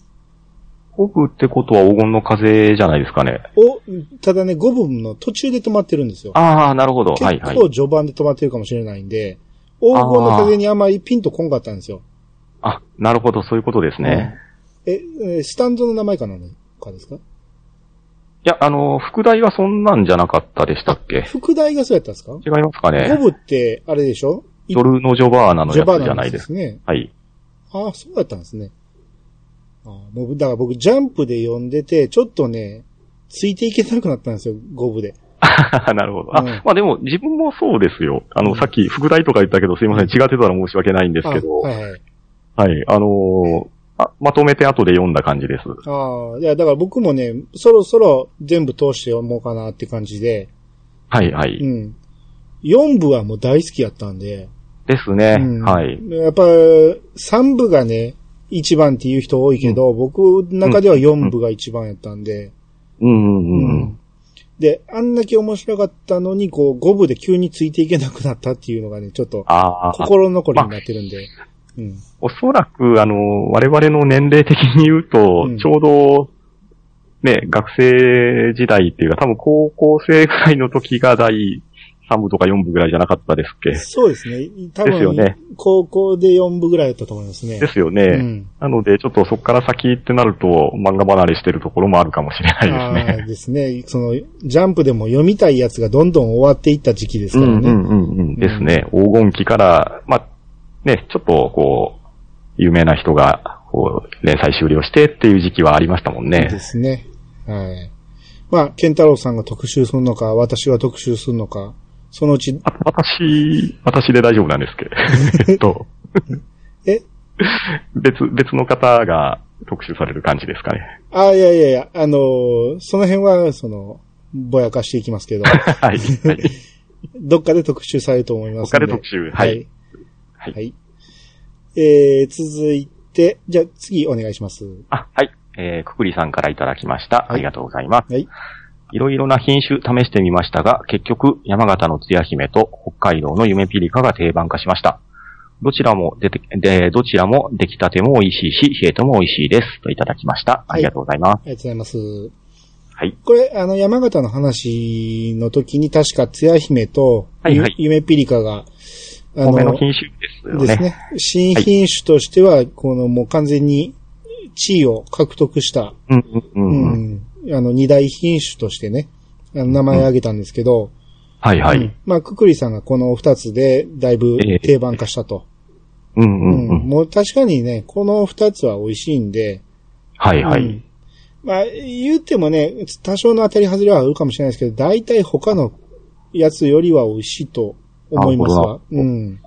五分ってことは黄金の風じゃないですかね。
お、ただね、5分の途中で止まってるんですよ。
ああ、なるほど。
結
はいはい。
構序盤で止まってるかもしれないんで、黄金の風にあまりピンとこんかったんですよ。
あ、なるほど、そういうことですね。
え、えースタンドの名前かなのかですか
いや、あの、副題はそんなんじゃなかったでしたっけ
副題がそうやったんですか
違いますか
ゴ
ね
ブって、あれでしょ
ドルノ・ジョバーナの
ジ
やつじゃないです。
ョバーナのやつですね。
はい。
ああ、そうだったんですね。ああもう、だから僕、ジャンプで読んでて、ちょっとね、ついていけなくなったんですよ、ゴブで。
なるほど。あ、
うん
まあでも自分もそうですよ。あの、
うん
さっき副題とか言ったけど、すいません、違ってたら申し訳ないんですけど、
あ
はい、
はいはい。
あのーあまとめて後で読んだ感じです。
ああ、いや、だから僕もね、そろそろ全部通して読もうかなって感じで、
はい、はい。
うん。4部はもう大好きやったんで、
ですね、
うん
はい。
やっぱ、3部がね、一番っていう人多いけど、僕の中では4部が一番やったんで、
うん、うん、うん。
で、あんだけ面白かったのに、こう、五部で急についていけなくなったっていうのがね、ちょっと
ああ、
心残りになってるんで。うん。
おそらく、あのー我々の年齢的に言うと、
うん
ちょうど、ね、学生時代っていうか、多分高校生ぐらいの時が第3部とか4部ぐらいじゃなかったですっけ
そうですね。多
ですよ
分、
ね
高校で4部ぐらいだったと思いますね。
ですよね。
うん。
なので、ちょっとそこから先ってなると、漫画離れしてるところもあるかもしれない
あ
ですね。
あですね。その、ジャンプでも読みたいやつがどんどん終わっていった時期です
う
から
んう
ね。
んうんうん。ですね。黄金期から、まあ、ね、ちょっとこう、有名な人が、こう、連載終了してっていう時期はありましたもん
で
ね。
すね。はい。まあ、ケンタロウさんが特集するのか、私が特集するのか、そのうち、
あ私、私で大丈夫なん ですけど。えっと、
え
別、別の方が特集される感じですかね。
ああ、いやいやいや、あのーその辺は、その、ぼやかしていき ますけど。
はい。はい
どっかで特集されると思いますの
どっかで特集はい。
は。
はいい
はいえー、続いて、じゃあ次お願いします。
あ、はい。えー、くくりさんからいただきました。ありがとうございます。
はい。
いろいろな品種試してみましたが、結局、山形のつや姫と北海道の夢ピリカが定番化しました。どちらも出て、で、どちらも出来たても美味しいし、冷えても美味しいです。といただきました。ありがとうございます。
ありがとうございます。
はい。
これ、あの、山形の話の時に確か、つや姫と、
はいはい
ゆ夢ピリカが、あ
米の品種ですよ
で
ね。
すね。新品種としては、このもう完全に地位を獲得した、
うんうん
う
うん。うん、
ん、あの、二大品種としてね、あの名前を挙げたんですけど、
はいは
うん
い。
まあ、くくりさんがこの二つで、だいぶ
ええ
定番化したと。
うんうんう
うん
ん。
もう確かにね、この二つは美味しいんで、
はいは
う
い
ん。まあ、言ってもね、多少の当たり外れはあるかもしれないですけど、大体他のやつよりは美味しいと思いますわ。
なるほどな
うん。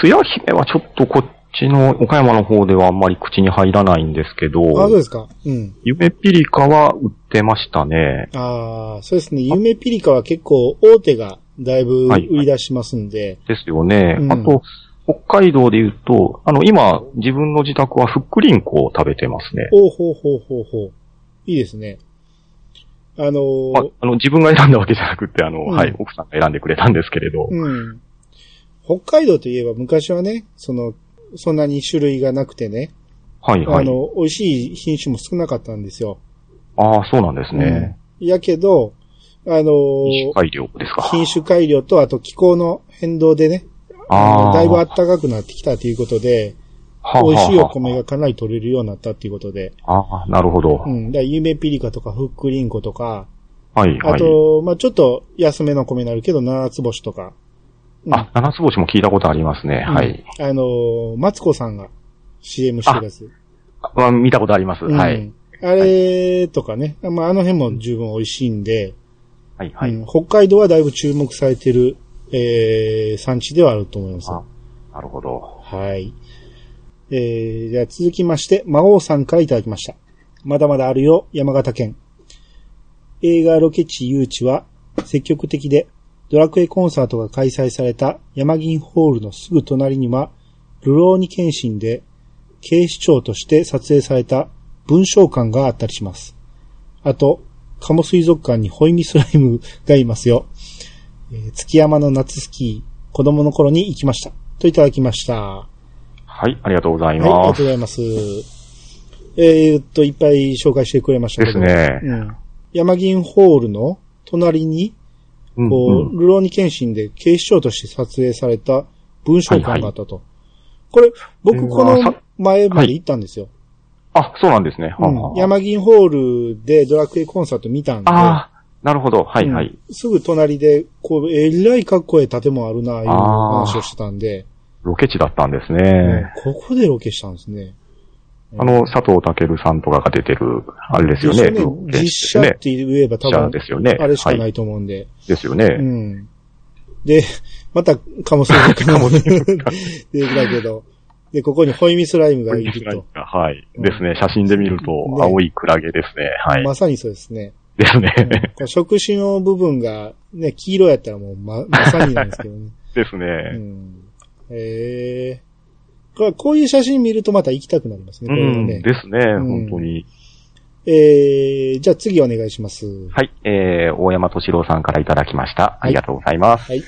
つや姫はちょっとこっちの岡山の方ではあんまり口に入らないんですけど、
あ、そうですか。うん。
夢ピリカは売ってましたね。
ああ、そうですね。夢ピリカは結構大手がだいぶ売
はい
り出しますんで、
ですよね。
うん
あと、北海道で言うと、あの、今、自分の自宅はふっくりんこを食べてますね。
おうほうほうほうほう。いいですね。あのー
まあ、あの、自分が選んだわけじゃなくて、あの、
ん
はい、奥さんが選んでくれたんですけれど。
うん。北海道といえば昔はね、その、そんなに種類がなくてね、
はい、は
あ
い。
の、美味しい品種も少なかったんですよ。
ああ、そうなんですね。
うんやけど、あのー
品種改良ですか。
品種改良とあと気候の変動でね、
あ
の
あ。
だいぶ暖かくなってきたということで、
はあ
美味しいお
は
米がかなり取れるようになったっていうことで、
あはあああ、なるほど。
うん。だからゆめピリカとかフックリンコとか、
はい、は
あ
い。
と、まあちょっと安めの米になるけど、七つ星とか、うん
あ、七つ星も聞いたことありますね。はい。
あのーマツコさんが CM してるやつ。
あ見たことあります。は
う
い。
ん。あれとかね、まあ、あの辺も十分美味しいんで、
はい、はい。
うん北海道はだいぶ注目されてる、えー、産地ではあると思います。
あなるほど。
はい。えー、じゃあ続きまして、魔王さんからいただきました。まだまだあるよ、山形県。映画ロケ地誘致は積極的で、ドラクエコンサートが開催された山銀ホールのすぐ隣には、ルローニ検診で警視庁として撮影された文章館があったりします。あと、鴨水族館にホイミスライム がいますよ。えー月山の夏スキー、子供の頃に行きました。といただきました。はい、
はい、ありがとうござい
ありが
ま
と
す
う。ございます。えーっと、いっぱい紹介してくれました
で
け
す
ど。
ね。
うん。山銀ホールの隣に、
うん
こ
うん
う、ルローニケンシンで警視庁として撮影された文章館があったと。これ、僕こ
うわ
の
さ
前まで行ったんですよ。
あ、そうなんですね。はあは
うん、
あ
山銀ホールでドラクエコンサート見たんで、
ああ、なるほど。はいはい。
うんすぐ隣で、こう、えらいかっこいい建物あるな、いう話をしてたんで、
ロケ地だったんです
うん
ね。
ここでロケしたんですね。うん
あの、佐藤健さんとかが出てる、あれですよね。ロケ
実
地です
写
よ
っ
ね。
て言えば多
じゃあ
分、
ですよね。
あれしか
は。
ないいと思うんで。
ですよね
う。ん。で、また、カモスライムかも。 で、だけど。で、ここにホイミスライムがいると。
はい。
うん
ですね。写真で見ると
ね、
青いクラゲですね。はい。
まさにそうですね。
ですね。
うん、この触手の部分が、ね、黄色やったらもうま、まさになんですけ どね。
です
う
ね。
ん。ええこれこういう写真見るとまた行きたくなりますね、
う
これは
ん。
ね。
ですね。
ん
本当に。
えー、じゃあ次お願いします。
はい、えー、大山敏郎さんからいただきました。ありがとうございます。
はい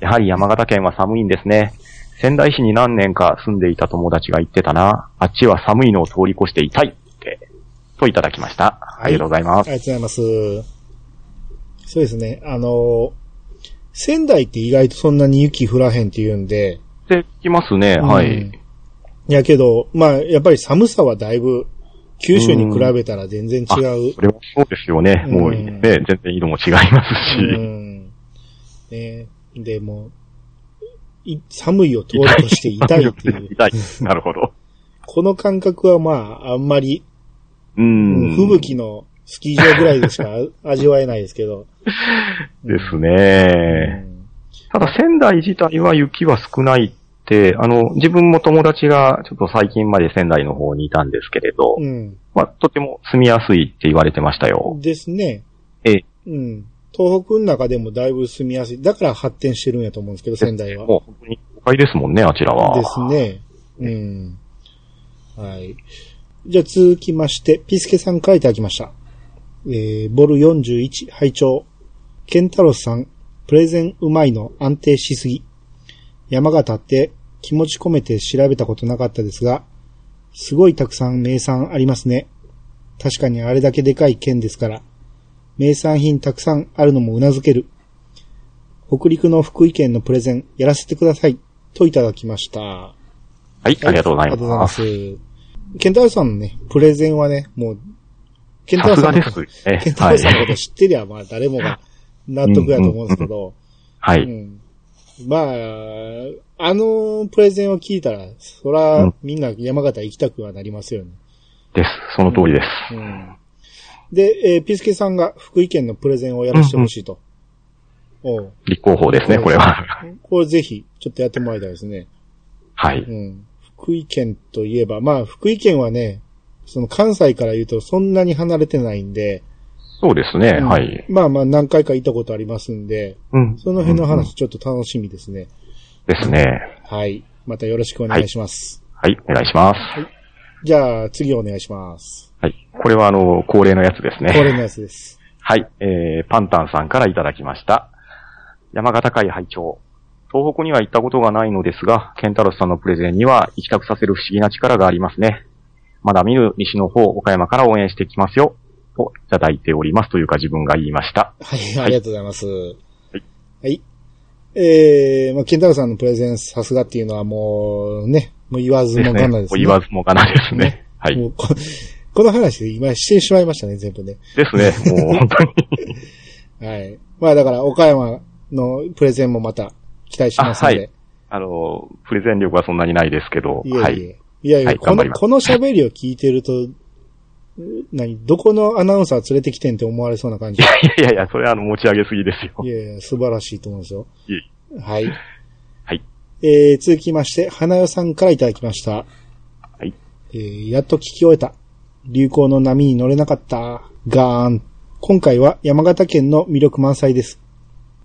やはり山形県は寒いんですね。仙台市に何年か住んでいた友達が言ってたな。あっちは寒いのを通り越して痛いって、といただきました。
い
ありがとうございます。
ありがとうございます。そうですね。あの、仙台って意外とそんなに雪降らへんって言うんで、
で、きますね、
うん
はい。
やけど、まあ、やっぱり寒さはだいぶ、九州に比べたら全然違う。
それはそうですよね。もう
う
ね、
ん
全然色も違います
う
し。。
ん。ね、でも、い寒いを通り越して痛いって いう
痛い。なるほど。
この感覚はまあ、あんまり、
う
うん
ん。
吹雪のスキー場ぐらいでしか味わえないですけ ど。
です
う
ね。
ん。
ただ仙台自体は雪は少ないって、あの、自分も友達がちょっと最近まで仙台の方にいたんですけれど、
うん。
まあ、とても住みやすいって言われてましたよ。
ですね。
ええ。
うん。東北の中でもだいぶ住みやすい。だから発展してるんやと思うんですけど、仙台は。
もう本当に都会ですもんね、あちらは。
です。ね。うん。はい。じゃあ続きまして、ピスケさん書いてあきました。えー、ボル41、拝聴ケンタロスさん、プレゼンうまいの安定しすぎ。山形って気持ち込めて調べたことなかったですが、すごいたくさん名産ありますね。確かにあれだけでかい県ですから、名産品たくさんあるのもうなずける。北陸の福井県のプレゼンやらせてください。といただきました。
はい、ありがとうござ
ありが
い
とうございま
ます。
す。ケンタロウさんのね、プレゼンはね、もう、ケンタロ
さ
ウさ
すが
んの
で
こと、
すね
ケン。タ
は
ロ
い
ウさんの。こと知ってりゃ、まあ誰もが納得やと思うんですけど、
は
う
い。
んまあ、あのプレゼンを聞いたら、そら、みんな山形行きたくはなりますよね。
です。その通りです。
うんで、えーピスケさんが福井県のプレゼンをやらせてほしいと。おう
立候補ですね、これは。
これぜひ、ちょっとやってもらいたいですね。
はい。
うん。福井県といえば、まあ、福井県はね、その関西から言うとそんなに離れてないんで、
そうですね、
うん
はい。
まあまあ何回か行ったことありますんで、
うん。
その辺の
うん。うん
話ちょっと楽しみですね。
ですね。
はい。またよろしくお願いします。
はい、お願いします。
じゃあ、次お願いします。
はい。これはあの、恒例のやつですね。
これのやつです。
はい、えー、パンタンさんからいただきました。山形会拝聴東北には行ったことがないのですが、ケンタロスさんのプレゼンには行きたくさせる不思議な力がありますね。まだ見ぬ西の方、岡山から応援してきますよ、といただいておりますというか自分が言いました。
はい、
はい
ありがとうございます。
い
はい。えー、まあ、ケンタロウさんのプレゼンさすがっていうのはもうね、もう言わずもがなですね。
言わ ずもがなですね。はい。
もうこ この話で今してしまいましたね、全部ね。
ですね、もう本当に。
はい。まあだから、岡山のプレゼンもまた期待してますので。
あの、プレゼン力はそんなにないですけど、
い、
は
えい
い。
え。いやいや、
はい
こ
頑張
の、
ります
この喋りを聞いてると、何どこのアナウンサー連れてきてんって思われそうな感じ。い
いやいや、それはあの、持ち上げすぎですよ。
やいや、素晴らしいと思うんですよ。
いえ
はい。
はい。
えー、続きまして、花代さんからいただきました。
はい。
えー、やっと聞き終えた。流行の波に乗れなかった。ガーン。今回は山形県の魅力満載です。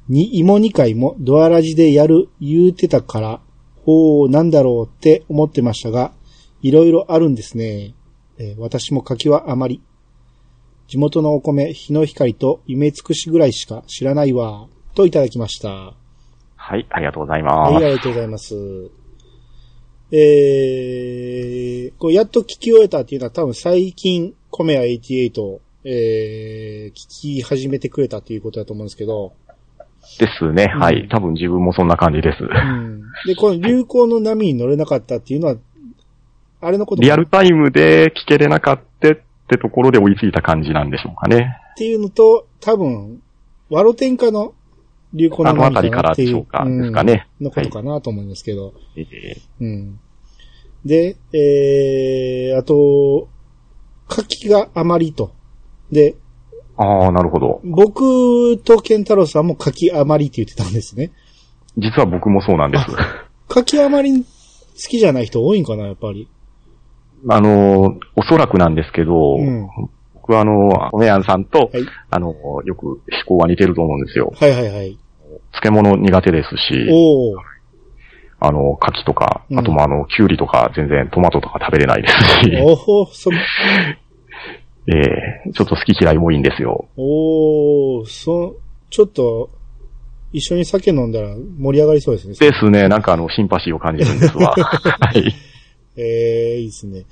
に、芋2回もドアラジでやる言うてたから、ほう、なんだろうって思ってましたが、いろいろあるんですね。えー私も柿はあまり。地元のお米、日の光と夢尽くしぐらいしか知らないわ。といただきました。
はい、ありがとうござい
は
ま
い、あ
す。
りがとうございます。えー、こうやっと聞き終えたっていうのは多分最近、コメア88を、えー、聞き始めてくれたっていうことだと思うんですけど、
ですね。は
うん
い。多分自分もそんな感じです。
うん。で、この流行の波に乗れなかったっていうのは、あれのこと
リアルタイムで聞けれなかったってところで追いついた感じなんでしょうかね。
っていうのと、多分、ワロテンカの流行
あ
の
のあ
波
た
か
りか
な
ら
って
で
い
し
う
ょうか。ですかね。
うんのことかなと思うんですけど、
えー
うん。で、えー、あと、書きがあまりと。で、
ああ、なるほど。
僕とケンタロウさんも書きあまりって言ってたんですね。
実は僕もそうなんです。
書きあまり好きじゃない人多いんかな、やっぱり。
あの、おそらくなんですけど、
うん
僕はあの、おめやんさんと、
はい
あの、よく思考は似てると思うんですよ。
はいはいはい。
漬物苦手ですし、
おー。
あの、牡蠣とか
う、ん
あともあの、キュウリとか全然トマトとか食べれないですし、
おほ、そ、
えーちょっと好き嫌いも多いんですよ。
おー、そ、ちょっと、一緒に酒飲んだら盛り上がりそうですね。
ですね、なんかあの、シンパシーを感じるんで すわ。はい。
ええいいですね。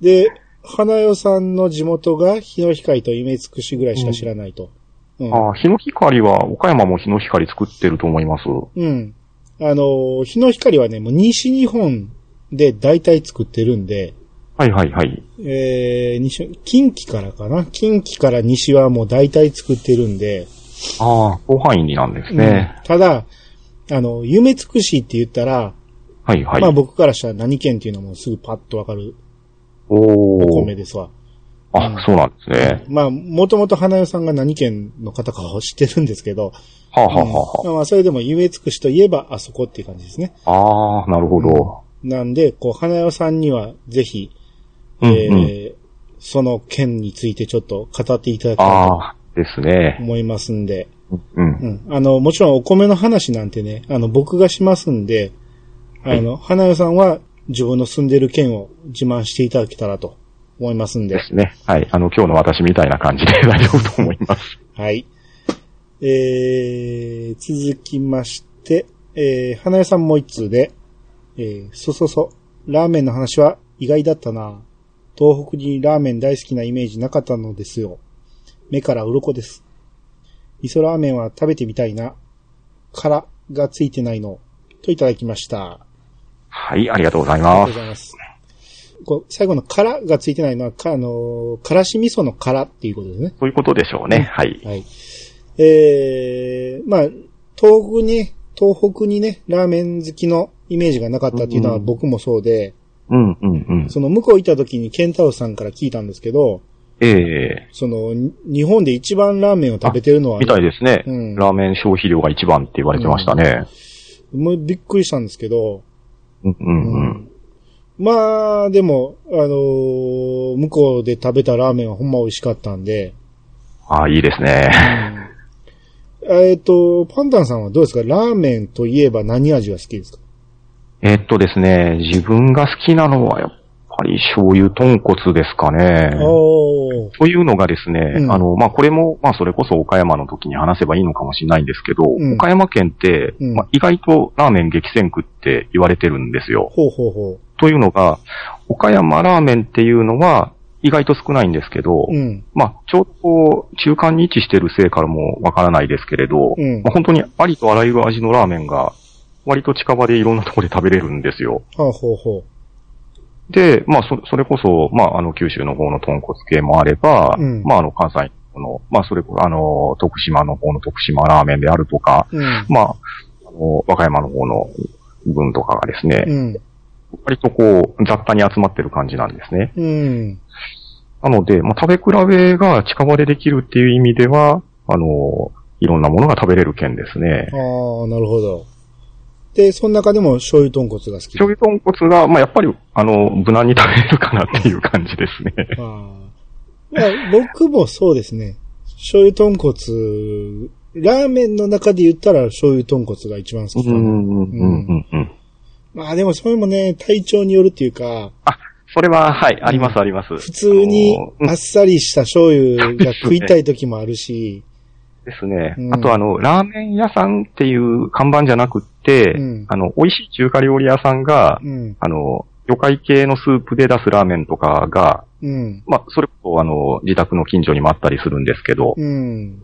で、花代さんの地元が日の光と夢つくしぐらいしか知らないと。うん。
ああ、日の光は、岡山も日の光作ってると思います。
うん。あのー日の光はね、もう西日本で大体作ってるんで、
はいはいはい。
えー、西、近畿からかな近畿から西はもう大体作ってるんで、
ああ、広範囲になんですね。
うんただ、あの、夢つくしって言ったら、
はいはい。
まあ僕からしたら何県っていうのもすぐパッとわかる
お
お
お
米。ですわ。
あ、そうなんですね。
まあ、もともと花代さんが何県の方かを知ってるんですけど、
はあ、はあ
うん
は
まあまあ、それでも夢つくしといえばあそこっていう感じですね。
あはあ、ああ、なるほど。
なんで、こう、花代さんにはぜひ、
うん
え
うん。
ーその件についてちょっと語っていただきたい
ああ、です
と
ね。
思いますんで、
うん。
うん。あの、もちろんお米の話なんてね、あの、僕がしますんで、あの、花代さんは自分の住んでる県を自慢していただけたらと思いますんで
で、すね。はい。あの、今日の私みたいな感じで 大丈夫と思います。
はい。えー、続きまして、えー、花屋さんもう一通で、えー、そそそ、ラーメンの話は意外だったな。東北にラーメン大好きなイメージなかったのですよ。目から鱗です。味噌ラーメンは食べてみたいな。からがついてないの。といただきました。
はい、ありがとうござい
ありが
ま
とうご。
す
ざいます。こう最後のからがついてないのは、か、あのーからし味噌のからっていうことですね。
そういうことでしょうね。はい。
はい。えー、まあ、東北に、東北にね、ラーメン好きのイメージがなかったっていうのは
うん
僕もそうで、
うん、うん、うん。
その向こう行った時にケンタロウさんから聞いたんですけど、
ええ
その、に日本で一番ラーメンを食べてるのは
み、たいですね。
うん
ラーメン消費量が一番って言われてましたね。
もうびっくりしたんですけど、
うん、うん、うん。
まあ、でも、あのー向こうで食べたラーメンはほんま美味しかったんで、
ああ、いいですね。
えっ、と、パンタンさんはどうですかラーメンといえば何味が好きですか
えっとですね、自分が好きなのはやっぱり醤油豚骨ですかね。
おー。
というのがですね、
うん
あの、まあ、これも、まあ、それこそ岡山の時に話せばいいのかもしれないんですけど、
うん
岡山県って、
うん
まあ、意外とラーメン激戦区って言われてるんですよ。
ほうほうほ
というのが、岡山ラーメンっていうのは意外と少ないんですけど、
う。うん。
まあ、ちょうどこう中間に位置してるせいからもわからないですけれど、
うん
まあ、本当にありとあらゆる味のラーメンが、割と近場でいろんなところで食べれるんですよ。
はあ、ほうほ
で、まあ、そ、それこそ、まあ、あの、九州の方の豚骨系もあれば、
うん
まあ、あの、関西の、まあ、それこそ、あの、徳島の方の徳島ラーメンであるとか、
う。うん。
まあ、あの、和歌山の方の分とかがですね、
うん。
割とこう、雑多に集まってる感じなんですね。
うん。
なので、まあ、食べ比べが近場でできるっていう意味では、あの、いろんなものが食べれる県ですね。
ああ、なるほど。で、その中でも醤油豚骨が好き。
醤油豚骨が、まあ、やっぱり、あの、無難に食べれるかなっていう感じですね。
ああ。まあ、僕もそうですね。醤油豚骨、ラーメンの中で言ったら醤油豚骨が一番好きかな。
うんうんうんうん。
まあでもそれもね、体調によるっていうか、
それは、はい、あります、あります。
普通に
あの
あっさりした醤油が食いたい時もあるし、
ですね。
うん
あとあの、ラーメン屋さんっていう看板じゃなくって、
うん
あの、美味しい中華料理屋さんが、
うん。
あの、魚介系のスープで出すラーメンとかが、
うん。
まあ、それこそあの、自宅の近所にもあったりするんですけど、
うん。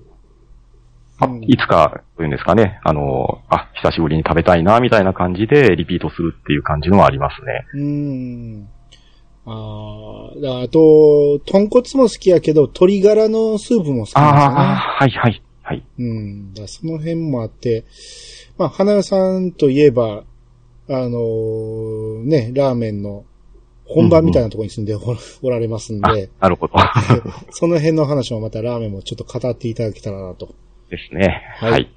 まあ
うん
いつか、というんですかね、あの、あ、久しぶりに食べたいな、みたいな感じでリピートするっていう感じのはありますね。
うん。ああ、だからあと、豚骨も好きやけど、鶏ガラのスープも好きなんですよね。
ああ、はいはい、はい。
うん。だからその辺もあって、まあ、花屋さんといえば、あのーね、ラーメンの本場みたいなところに住んでお,、おられますん
あ
で、、
な るほど。
その辺の話もまたラーメンもちょっと語っていただけたらなと。
ですね。
はい
はい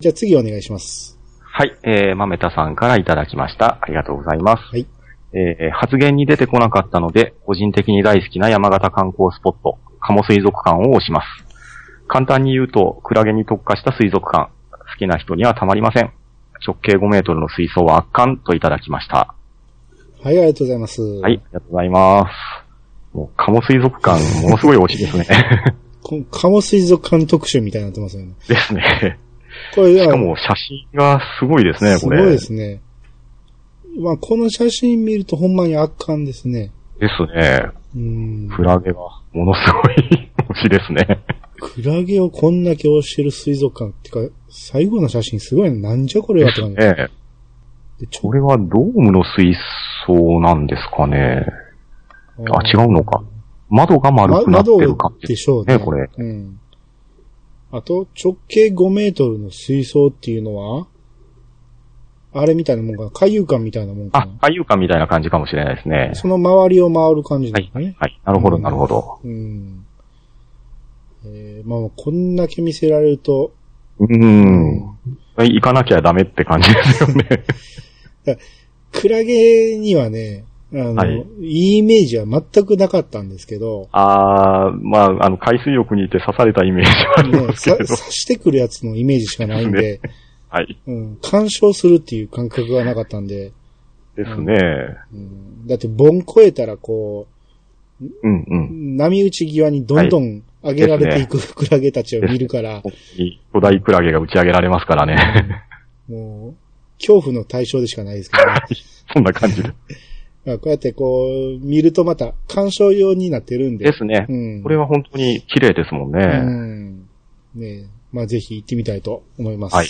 じゃあ次お願いします。
はい、えー、まめたさんからいただきました。ありがとうございます。
はい。
えー、発言に出てこなかったので、個人的に大好きな山形観光スポット、鴨水族館を推します。簡単に言うと、クラゲに特化した水族館。好きな人にはたまりません。直径5メートルの水槽は圧巻といただきました。
はい、ありがとうございます。
はい、ありがとうございます。もう、鴨水族館、ものすごい推しですね。
こ。カモ水族館特集みたいになってますよね。
ですね。
これ、
しかも、写真がすごいですね、
す
こ
ごい
れ。
ですね。まあ、この写真見るとほんまに圧巻ですね。
ですね。
うん。
クラゲが、ものすごい推しですね。
クラゲをこんだけ押してる水族館ってか、最後の写真すごいな。なんじゃこれはって感じ。
ええ。
でちょ
これはドームの水槽なんですかね。あ、違うのか。窓が丸くなってる感
窓
じ
でしょう
ね、
ね。
これ。。
うん。あと、直径5メートルの水槽っていうのは、あれみたいなもんかな。海遊館みたいなもんか
あ
な、。
海遊館みたいな感じかもしれないですね。
その周りを回る感じ
は
ないの、か
は
ね。
い、はい。なるほど、
うん
なるほど。
うん。えー、まあ、こんだけ見せられると、
うーん。はい行かなきゃダメって感じですよね。
クラゲにはね、あの、
はい、
い、いイメージは全くなかったんですけど
あー、まあ、あの、海水浴にいて刺されたイメージはあり
ね
ま、すけ
さ
ど。
刺してくるやつのイメージしかないんで、
はい。
うん、干渉するっていう感覚がなかったんで、
ですね。
うん、だって盆越えたらこ
うんう
う、
ん。
波打ち際にどんどん上げられていく、クラゲたちを見る から、
本当に巨大クラゲが打ち上げられますからね。
もう、恐怖の対象でしかないですけど ね。
そんな感じです。
まあこうやってこう、見るとまた干渉用になってるんで。
ですね
う。ん。
これは本当に綺麗ですもんね。
うん。ねえまあぜひ行ってみたいと思います。
はい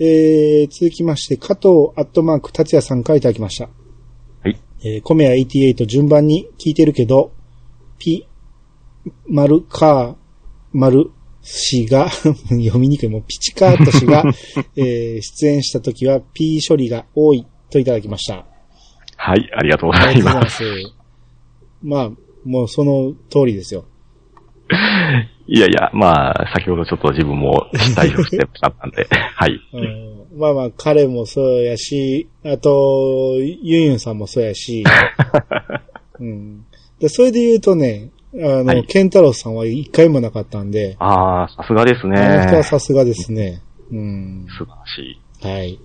えー、続きまして、加藤アットマーク達也さんからいただきました。
はい。
えー、コメヤ88順番に聞いてるけど、ピ、丸、カー、丸、氏が、 読みにくい、もうピチカート氏 が、えー、出演した時は P 処理が多いといただきました。
はい、ありがとうご
あ
ざ
り
い
がとうござい
ま。
ますす。まあ、もうその通りですよ。
いやいや、まあ、先ほどちょっと自分も代表してしまったん で、はい。
うんまあまあ、彼もそうやし、あと、ユンユンさんもそうや し、うん、でそれで言うとね、あの、
はい
ケンタロウさんは一回もなかったんで、
ああ、さすがですね。
あの人は
素
さすがですね。うん。
晴らしい。
はい。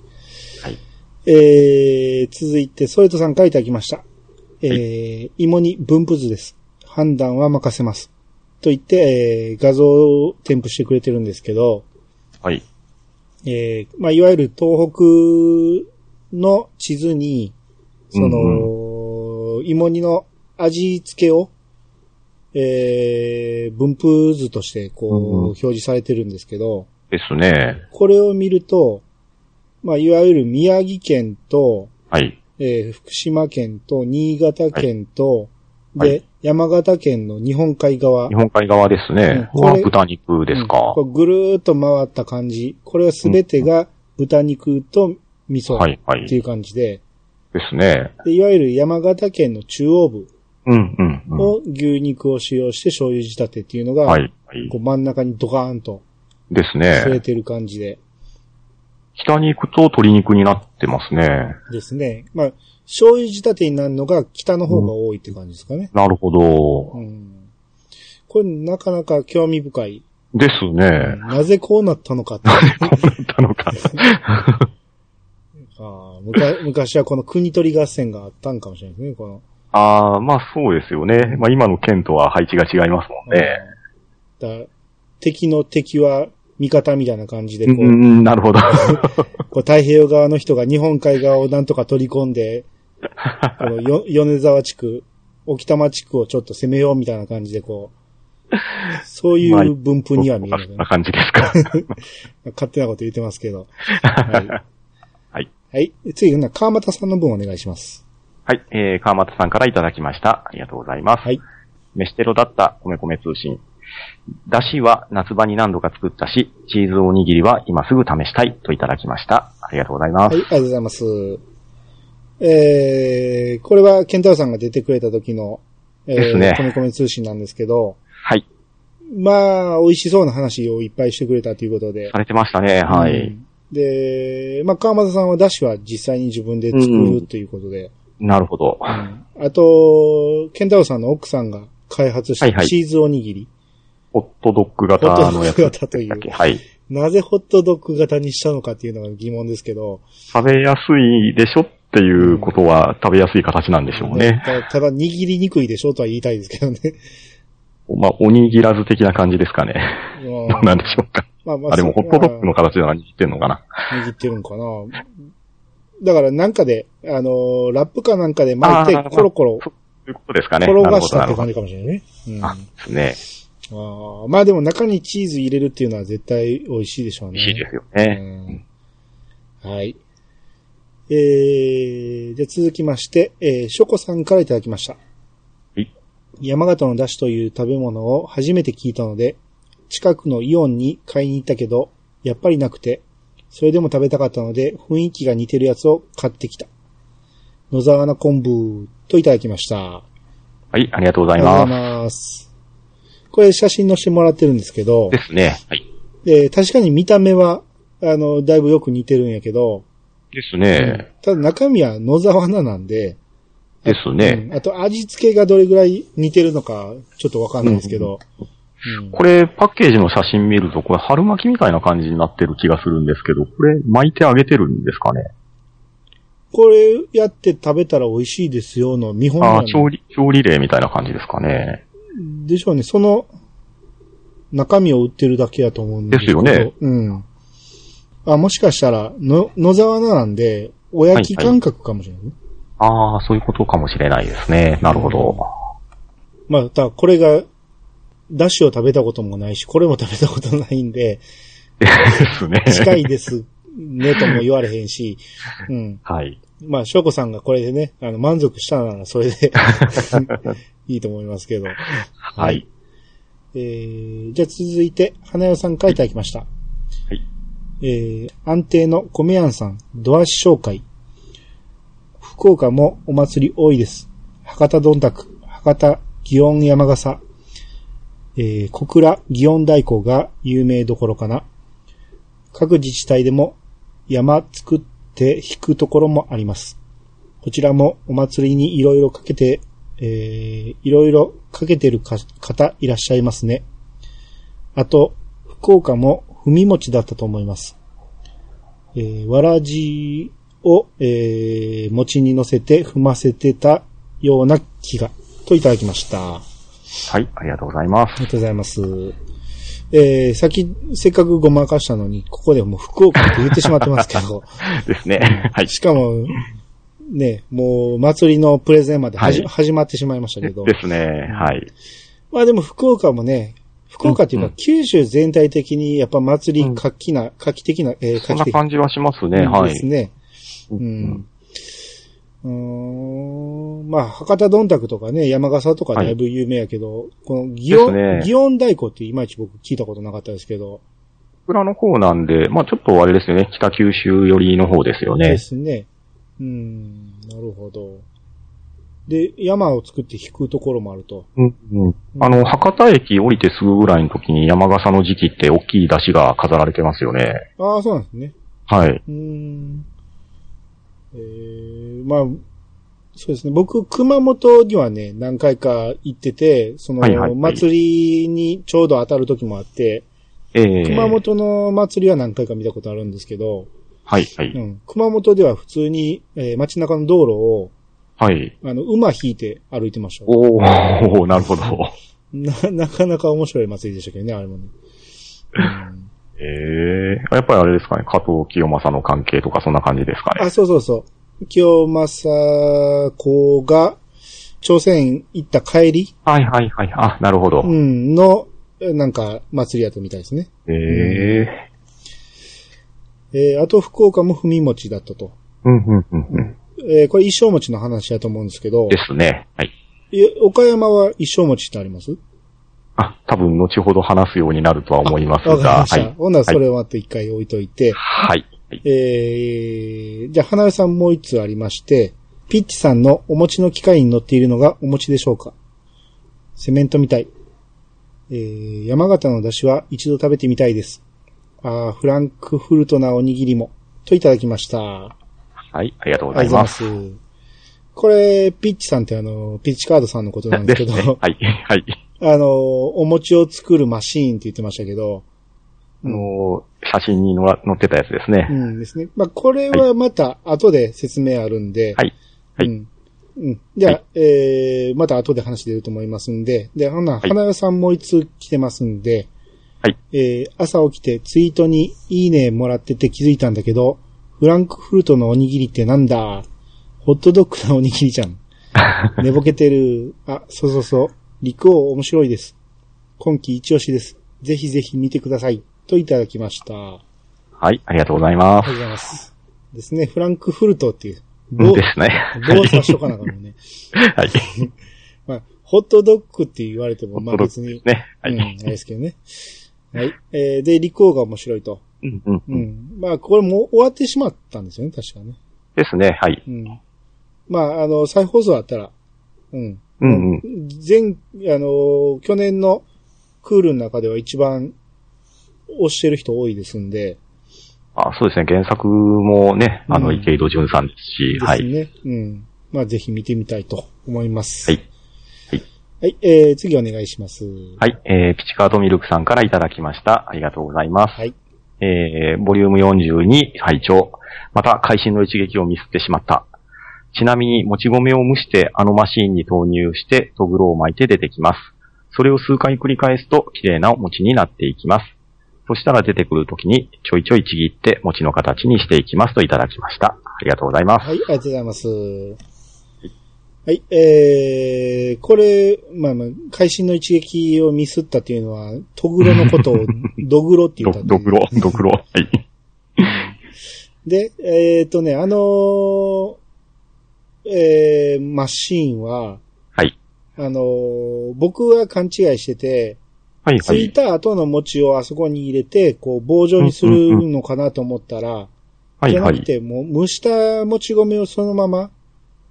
はい。
えー、続いて、ソエトさんからいただきました。えー芋に分布図です。判断は任せます。と言って、えー画像を添付してくれてるんですけど、
はい。
えーまあ、いわゆる東北の地図に、その、芋煮の味付けを、えー分布図として、こう、
うんうん
表示されてるんですけど、
ですね。
これを見ると、まあ、いわゆる宮城県と、
はい。
えー福島県と、新潟県と、
はいは
で、山形県の日本海側
日。本海側ですね。
うん
これ
これ
は豚肉ですか。
うんこうぐるーっと回った感じ。これはすべてが豚肉と味噌。
はい、はい。
っていう
で
感じで、
すね。
でいわゆる山形県の中央部
うん、うん、うん。
を牛肉を使用して醤油仕立てっていうのが、
はい、はい
こ。う真ん中にドカーンと
です
据え
ね。
てる感じで
北に行くと鶏肉になってますね。
ですね。まあ、醤油仕立てになるのが北の方が多いって感じですかね。
なるほ
う
ど。
ん。これなかなか興味深い。
ですね。
なぜこうなったのかって。
こうなったのか。
ああむか昔はこの国取り合戦があったんかもしれないですね、この。
ああ、まあそうですよね。まあ今の県とは配置が違いますもんね。
だ敵の敵は味方みたいな感じで、
う
こ
んう
う、
ん、なるほど。
こう太平洋側の人が日本海側をなんとか取り込ん で、このよ米沢地区、沖玉地区をちょっと攻めようみたいな感じで、こう、そういう分布には見える
そん
ね、
な感じです か。
勝手なこと言ってますけ ど。はい。
はい。
はい。次、な川又さんの分お願いします。
はい、えー、川又さんからいただきました。ありがとうございます。
はい。
飯テロだった米米通信。だしは夏場に何度か作ったし、チーズおにぎりは今すぐ試したいといただきました。ありがとうございま
はい、
す。
ありがとうございます。えー、これは、ケンタロウさんが出てくれた時の、え
ですね
コメコメ通信なんですけど、
はい。
まあ、美味しそうな話をいっぱいしてくれたということで
さ。れてましたね。は
う
い。
んで、まあ、川又さんはダッシュは実際に自分で作
う
る
ん
ということで。
なるほど。
あと、ケンタロウさんの奥さんが開発し
はいは
た
い
チーズおにぎり。
ホットドッグ型
ホ
の
ッ
や
トドッグ
つ。
型という。
はい。
なぜホットドッグ型にしたのかっていうのが疑問ですけど。
食べやすいでしょっていうことは食べやすい形なんでしょうね。
たただ握りにくいでしょとは言いたいですけ どね。
まあ、おにぎらず的な感じですかね。
うん
どうなんでしょうか。
まあま
あ、でもホットドッグの形なら握ってんのかな。
握ってるんかな。だからなんかで、あのーラップかなんかで巻い
あ
て、
ー
コロコロ、
ということですかね。
転がした
な
っ
る
て
ほど、
感
なる
じかもしれないね。うん、
ほ
あ
ど。あ、ですね。
ーまあでも中にチーズ入れるっていうのは絶対美味しいでしょうね。
美味しいですよね。
うんはい。えー、で続きまして、えー、ショコさんからいただきました。
い
山形の出汁という食べ物を初めて聞いたので、近くのイオンに買いに行ったけど、やっぱりなくて、それでも食べたかったので、雰囲気が似てるやつを買ってきた。野沢菜昆布といただきました。
はい、ありがとうご
あ
ざいます。
ます。これ写真載せてもらってるんですけど、
ですね。はい。
で確かに見た目は、あの、だいぶよく似てるんやけど、
ですね。
ただ中身は野沢菜なんで、
です
う
ね。
んあと味付けがどれぐらい似てるのか、ちょっとわかんないですけど、うん
これ、パッケージの写真見ると、これ、春巻きみたいな感じになってる気がするんですけど、これ、巻いてあげてるんですかね。
これやって食べたら美味しいですよの見本
あ
な
あ、
ん
調理、調理例みたいな感じですかね。
でしょうね。その中身を売ってるだけやと思うんですけど。
ですよね。
うん。あ、もしかしたら、の、野沢菜なんで、おやき
はいは
感
い
覚かもしれないね。
ああ、そういうことかもしれないですね。なるほど。
まあ、ただこれが、だしを食べたこともないし、これも食べたことないんで、
ですね。
近いですねとも言われへんし、うん。
はい。
まあ、翔子さんがこれでね、あの、満足したならそれで、 いいと思いますけど。は
はい。
えー、じゃあ続いて、花代さんからいただきました。
はい。
えー、安定の米庵さん、ドアシ紹介。福岡もお祭り多いです。博多どんたく、博多、祇園山笠、えー、小倉、祇園大工が有名どころかな。各自治体でも山作って引くところもあります。こちらもお祭りにいろいろかけて、えー、いろいろかけてるか方いらっしゃいますね。あと、福岡も踏み餅だったと思います。えー、わらじを、えー、餅に乗せて踏ませてたような気が、といただきました。
はい、ありがとうございます
あ。りがとうございます。えー、先、せっかくごまかしたのに、ここでもう福岡って言ってしまってますけど、
ですね。はい。
しかも、ね、もう祭りのプレゼンまではじ、
はい
始まってしまいましたけど、
ですね。はい。
まあでも福岡もね、福岡っていう
う
か
んうん
九州全体的にやっぱ祭
う
り
ん
画期な、画期的な、えー、
そ
画
ん
期
な
的
感じはしますね。は
です
い。
ね。
う
うん。うーんまあ、博多どんたくとかね、山笠とかだいぶ有名やけど、この祇園、
ですね
祇園太鼓っていまいち僕聞いたことなかったですけど、
僕らの方なんで、まあちょっとあれですよね。北九州寄りの方ですよ
で
ね。
すね。うん、なるほど。で、山を作って引くところもあると。
うんうん、あの、博多駅降りてすぐぐらいの時に山笠の時期って大きい出汁が飾られてますよね。
ああ、そうなんですね。
はい。
うーん。えー、まあ、そうですね。僕、熊本にはね、何回か行ってて、その、
はいはいはい
祭りにちょうど当たる時もあって、
ええ
熊本の祭りは何回か見たことあるんですけど、
はい、は
う
い。
ん、熊本では普通に、えー街中の道路を、
はい。
あの、馬引いて歩いてましたよ。
おー、なるほど。
な、なかなか面白い祭りでしたけどね、あれもね。うん
ええやっぱりあれですかね、加藤清正の関係とかそんな感じですかね。
あ、そうそうそう。清正公が、朝鮮行った帰り、
はいはいはい。あ、なるほど。
うん、の、なんか、祭り跡みたいですね。
ええ
えーあと福岡も踏み持ちだったと。
うんうんうんうん。
えーこれ一生持ちの話だと思うんですけど
で、すね。はい。
い岡山は一生持ちってあります
あ、多分後ほど話すようになるとは思います
わかり
が、
まし
は
た。
い。
ほんならそれをあと一回置いといて、
はい。はい
えー、じゃあ、花江さんもう一つありまして、ピッチさんのお餅の機械に乗っているのがお餅でしょうかセメントみたい。えー、山形の出汁は一度食べてみたいです。あーフランクフルトなおにぎりも。といただきました。あ
はい。ありがとう
りがとござ
ございう
い
ま。
ますす。これ、ピッチさんってあの、ピッチカードさんのことなんで
です
け
す
ど、
ね。はい。はい。
あの、お餅を作るマシーンって言ってましたけど、
あの写真にのら載ってたやつです
う
ね。
んですね。まあ、これはまた後で説明あるんで、
はい。はい
うん。うん。じゃあ、
は
えー、また後で話出ると思いますんで、で、ほんなら、
はい
花屋さんもう一通来てますんで、
はい。
えー、朝起きてツイートにいいねもらってて気づいたんだけど、フランクフルトのおにぎりってなんだホットドッグのおにぎりじ ゃん。寝ぼけてる。あ、そうそうそう。陸王面白いです。今季一押しです。ぜひぜひ見てください。といただきました。あ
はい。ありがとうござい
り
ま
がとう
す。
ございます。ですね。フランクフルトっていう。どう
で、すね。
どうさしとかなあかんもんね。
はい。
まあ、ホットドッグって言われても、まあ
ホットドッグ
別に、
ね。は
うん、あ
い。
れですけどね。はい。えーで、リコーが面白いと。
うんうん
う。
うんん。
まあ、これもう終わってしまったんですよね、確かね。
ですね。はい。
うん。まあ、あの、再放送あったら、うん。
うんうん。
前、あの、去年のクールの中では一番推してる人多いですんで、
あそうですね。原作もね、あ
う
の、
ん
池井戸潤さんですし、
です
は
ね。
い。
うん。まあ、ぜひ見てみたいと思います。
はい。
はい、えー、次お願いします。
はい。えー、ピチカートミルクさんからいただきました。ありがとうございます。
はい。
えー、ボリューム42、拝聴また、会心の一撃をミスってしまった。ちなみに、もち米を蒸して、あのマシーンに投入して、トグロを巻いて出てきます。それを数回繰り返すと、綺麗なお餅になっていきます。そしたら出てくるときに、ちょいちょいちぎって、餅の形にしていきますといただきました。ありがとうございます。
はい、ありがとうございます。はい、えー、これ、まあまあ、会心の一撃をミスったっていうのは、トグロのこと をドグロって言
ど
ったっていう
どくろ、どくろ。はい。
で、えっ、とね、あのーえー、マシーンは、
はい。
あのー僕は勘違いしてて、
はい、は
つい
い。
た後の餅をあそこに入れて、こう棒状にするのかなと思ったら、
はい、
じゃ
は
なく
い。
て、もう蒸したもち米をそのまま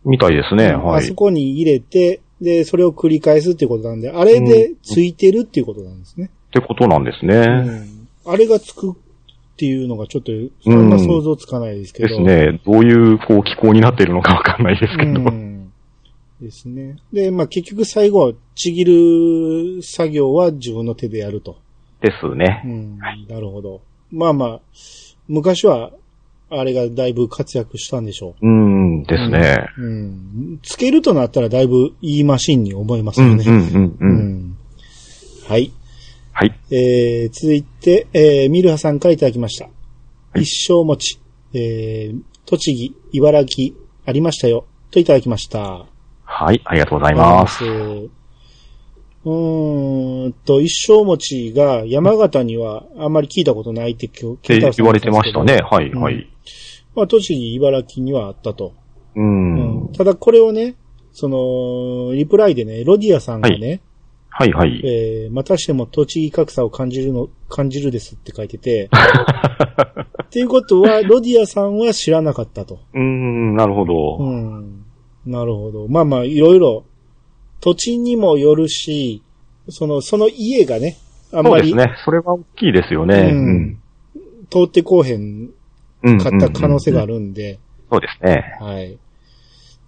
みたいですね。
うんあ
はい
そ。こに入れて、で、それを繰り返すっていうことなんで、あれでついてるっていうことなんですね。
ってことなんです
う
ね。
ん、あれがつくっていうのがちょっと、そんな想像つかないですけ
です
ど。
ね。どういう、こう、気候になっているのかわかんないですけ
う
ど。
ん。ですね。で、まあ結局最後、ちぎる作業は自分の手でやると。
です
う
ね。
ん。
はい
なるほど。まあまあ、昔は、あれがだいぶ活躍したんでしょ
うん、ですね。
う。うん。つけるとなったらだいぶいいマシンに思います
う
よ
ん、う
ね。
ん、うん、うん。
ん。はい。
はい。
えー、続いて、えー、ミルハさんからいただきました。
い
一生持ち、えー、栃木、茨城、ありましたよ、といただきました。
はい、ありがとうござ
あ
います。
りがとうございます。うーんと、一生持ちが山形にはあんまり聞いたことないって聞
って
いた
言われてました。ね。はい、
うん
はい。
まあ、栃木、茨城にはあったと。
う。
うんただこれをね、その、リプライでね、ロディアさんがね、
はい、はい。
えーまたしても栃木格差を感じるの、感じるですって書いて て。っていうことは、ロディアさんは知らなかったと。
うん、なるほ
う
ど。
ん。なるほど。まあまあ、いろいろ、土地にもよるし、その、その家がね、あん
そ
ま
うで
り
すね。それは大きいですよね。
うん通ってこうへん
うん。
かった可能性があ
る。
るんで、
そうですね。
はい。っ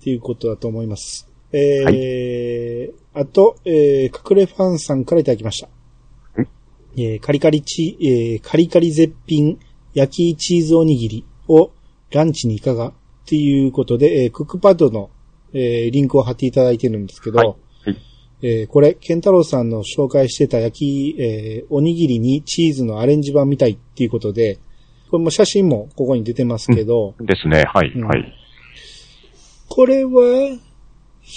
ていうことだと思います。えー、あと、えー、隠れファンさんからいただきました。
はい
えー、カリカリチ、えー、カリカリ絶品焼きチーズおにぎりをランチにいかがっていうことで、えー、クックパッドの、えー、リンクを貼っていただいてるんですけど、
はいはい
えーこれ、ケンタロウさんの紹介してた焼き、えーおにぎりにチーズのアレンジ版みたいっていうことで、これも写真もここに出てますけど、
ですね。はい、
うん
はい。
これは、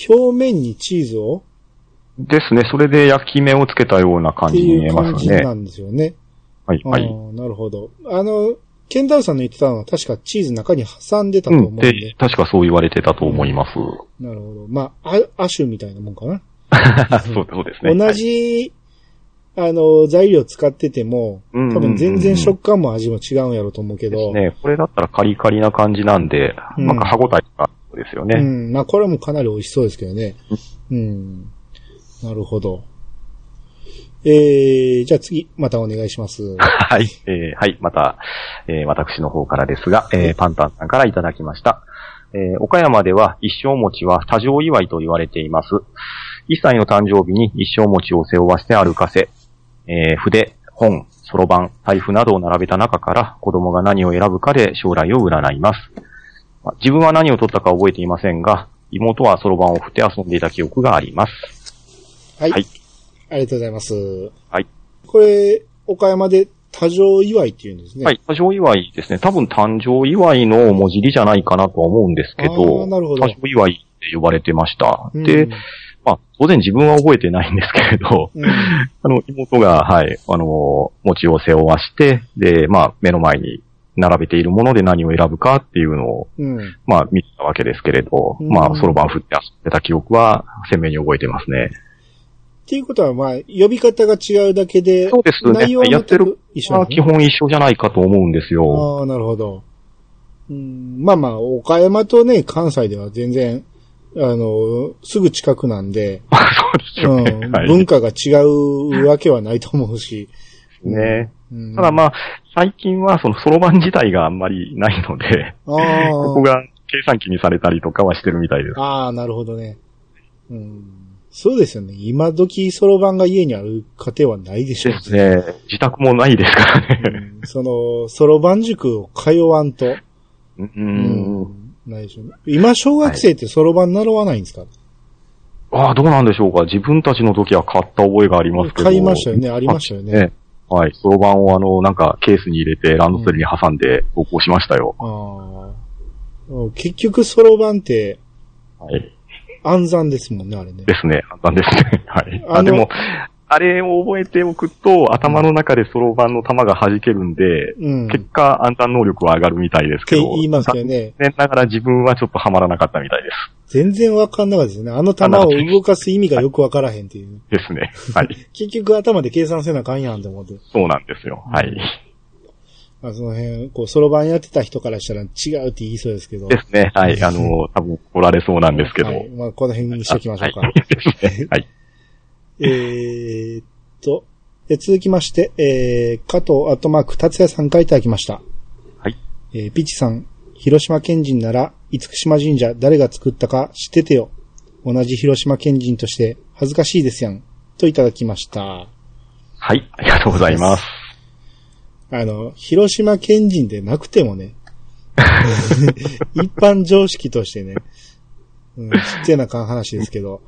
表面にチーズを
ですね。それで焼き目をつけたような感
って
じに見
い
え
う
ま
感
す
じ
ね。
なんですよね。
はい、
あ
はい。
ーなるほど。あの、ケンタロウさんの言ってたのは確かチーズ中に挟んでたと
う
思うん
ん。
で。
で、確かそう言われてたと思います。
なるほど。まあ、あ亜種みたいなもんかな。
そうそうですね。
同じ、あの、材料使ってても、
うんうんうんうん
多分全然食感も味も違うんやろうと思うけ
です
ど、
ね。これだったらカリカリな感じなんで、
うん
なんか歯応えがあるんですよ
う
ね。
ん。まあ、これもかなり美味しそうですけどね。うん。なるほど。えー、じゃあ次、またお願いします。
はい。えーはい。また、えー私の方からですが、えーパンタンさんからいただきました。えー岡山では一生餅は多生祝いと言われています。一歳の誕生日に一生餅を背負わせて歩かせ、えー筆、本、そろばん、財布などを並べた中から子供が何を選ぶかで将来を占います。まあ自分は何を取ったか覚えていませんが、妹はそろばんを振って遊んでいた記憶があります。
はい。
はい
ありがとうございます。
はい。
これ、岡山で多生祝いっていうんですね。
はい。誕生祝いですね。多分誕生祝いの文字入りじゃないかなとは思うんですけ
あー
ど、
なるほど
誕生祝いって呼ばれてました。
うん。
で、まあ、当然自分は覚えてないんですけれど、
うん、は
あの、妹が、はい、あの、餅を背負わして、で、まあ、目の前に並べているもので何を選ぶかっていうのを、
うん。
まあ、見てたわけですけれど、
うん
まあ、そろばん振って遊んでた記憶は鮮明に覚えてますね。
っていうことは、まあ、呼び方が違うだけで、
そうですね
内容は全く一緒
ま
な
あ、
んで
基
すね
本一緒じゃないかと思うんですよ。
ああ、なるほど。うん、まあまあ、岡山とね、関西では全然、あの、すぐ近くなんで、
そうですよね。
うん、
はい
文化が違うわけはないと思うし。
ね
うん、
ただまあ、最近はそのそろばん自体があんまりないので、
あー、
ここが計算機にされたりとかはしてるみたいです。
ああ、なるほどね。うん、そうですよね。今時そろばんが家にある家庭はないでしょ
ですね。自宅もないですから
う
ね。
んその、そろばん塾を通わんと。
う。。
うんないでしょうね。今、小学生ってそろばん習わないんですか、
ああ、どうなんでしょうか。自分たちの時は買った覚えがありますけど。
買いましたよね、ありましたよね。
ね。はい。そろばんをあの、なんかケースに入れてランドセルに挟んで投稿しましたよ。
ああ。結局、そろばんって
はい。
暗算ですもんね、あれね。
ですね。簡単ですね。 はい。
あ
あ
の
でも、あれを覚えておくと、頭の中でそろばんの玉が弾けるんで、
うん。っ
結果、暗算能力は上がるみたいですけ
て
ど。
言いますよね。
残念ながら自分はちょっとハマらなかったみたいで
全然わかんなかったですね。あの球を動かす意味がよくわからへんっていう。
す。で すね。はい。
結局頭で計算せなあかんやんって思って。
そうなんですよ。はい。
まあ、その辺、こう、そろばんやってた人からしたら違うって言いそうですけど。
ですね。はい。あの、多分怒られそうなんですけど。
はい。まあ、この辺にしときましょうか。
はい。ですねはい。
えーっと、え続きまして、えー、加藤アットマーク達也さんからいただきました。
はい。
えー、ピチさん、広島県人なら、厳島神社誰が作ったか知っててよ。同じ広島県人として恥ずかしいですやん。といただきました。
はい。ありがとうございます。
あの、広島県人でなくてもね、一般常識としてね、うん、ちっちゃなかん話ですけど、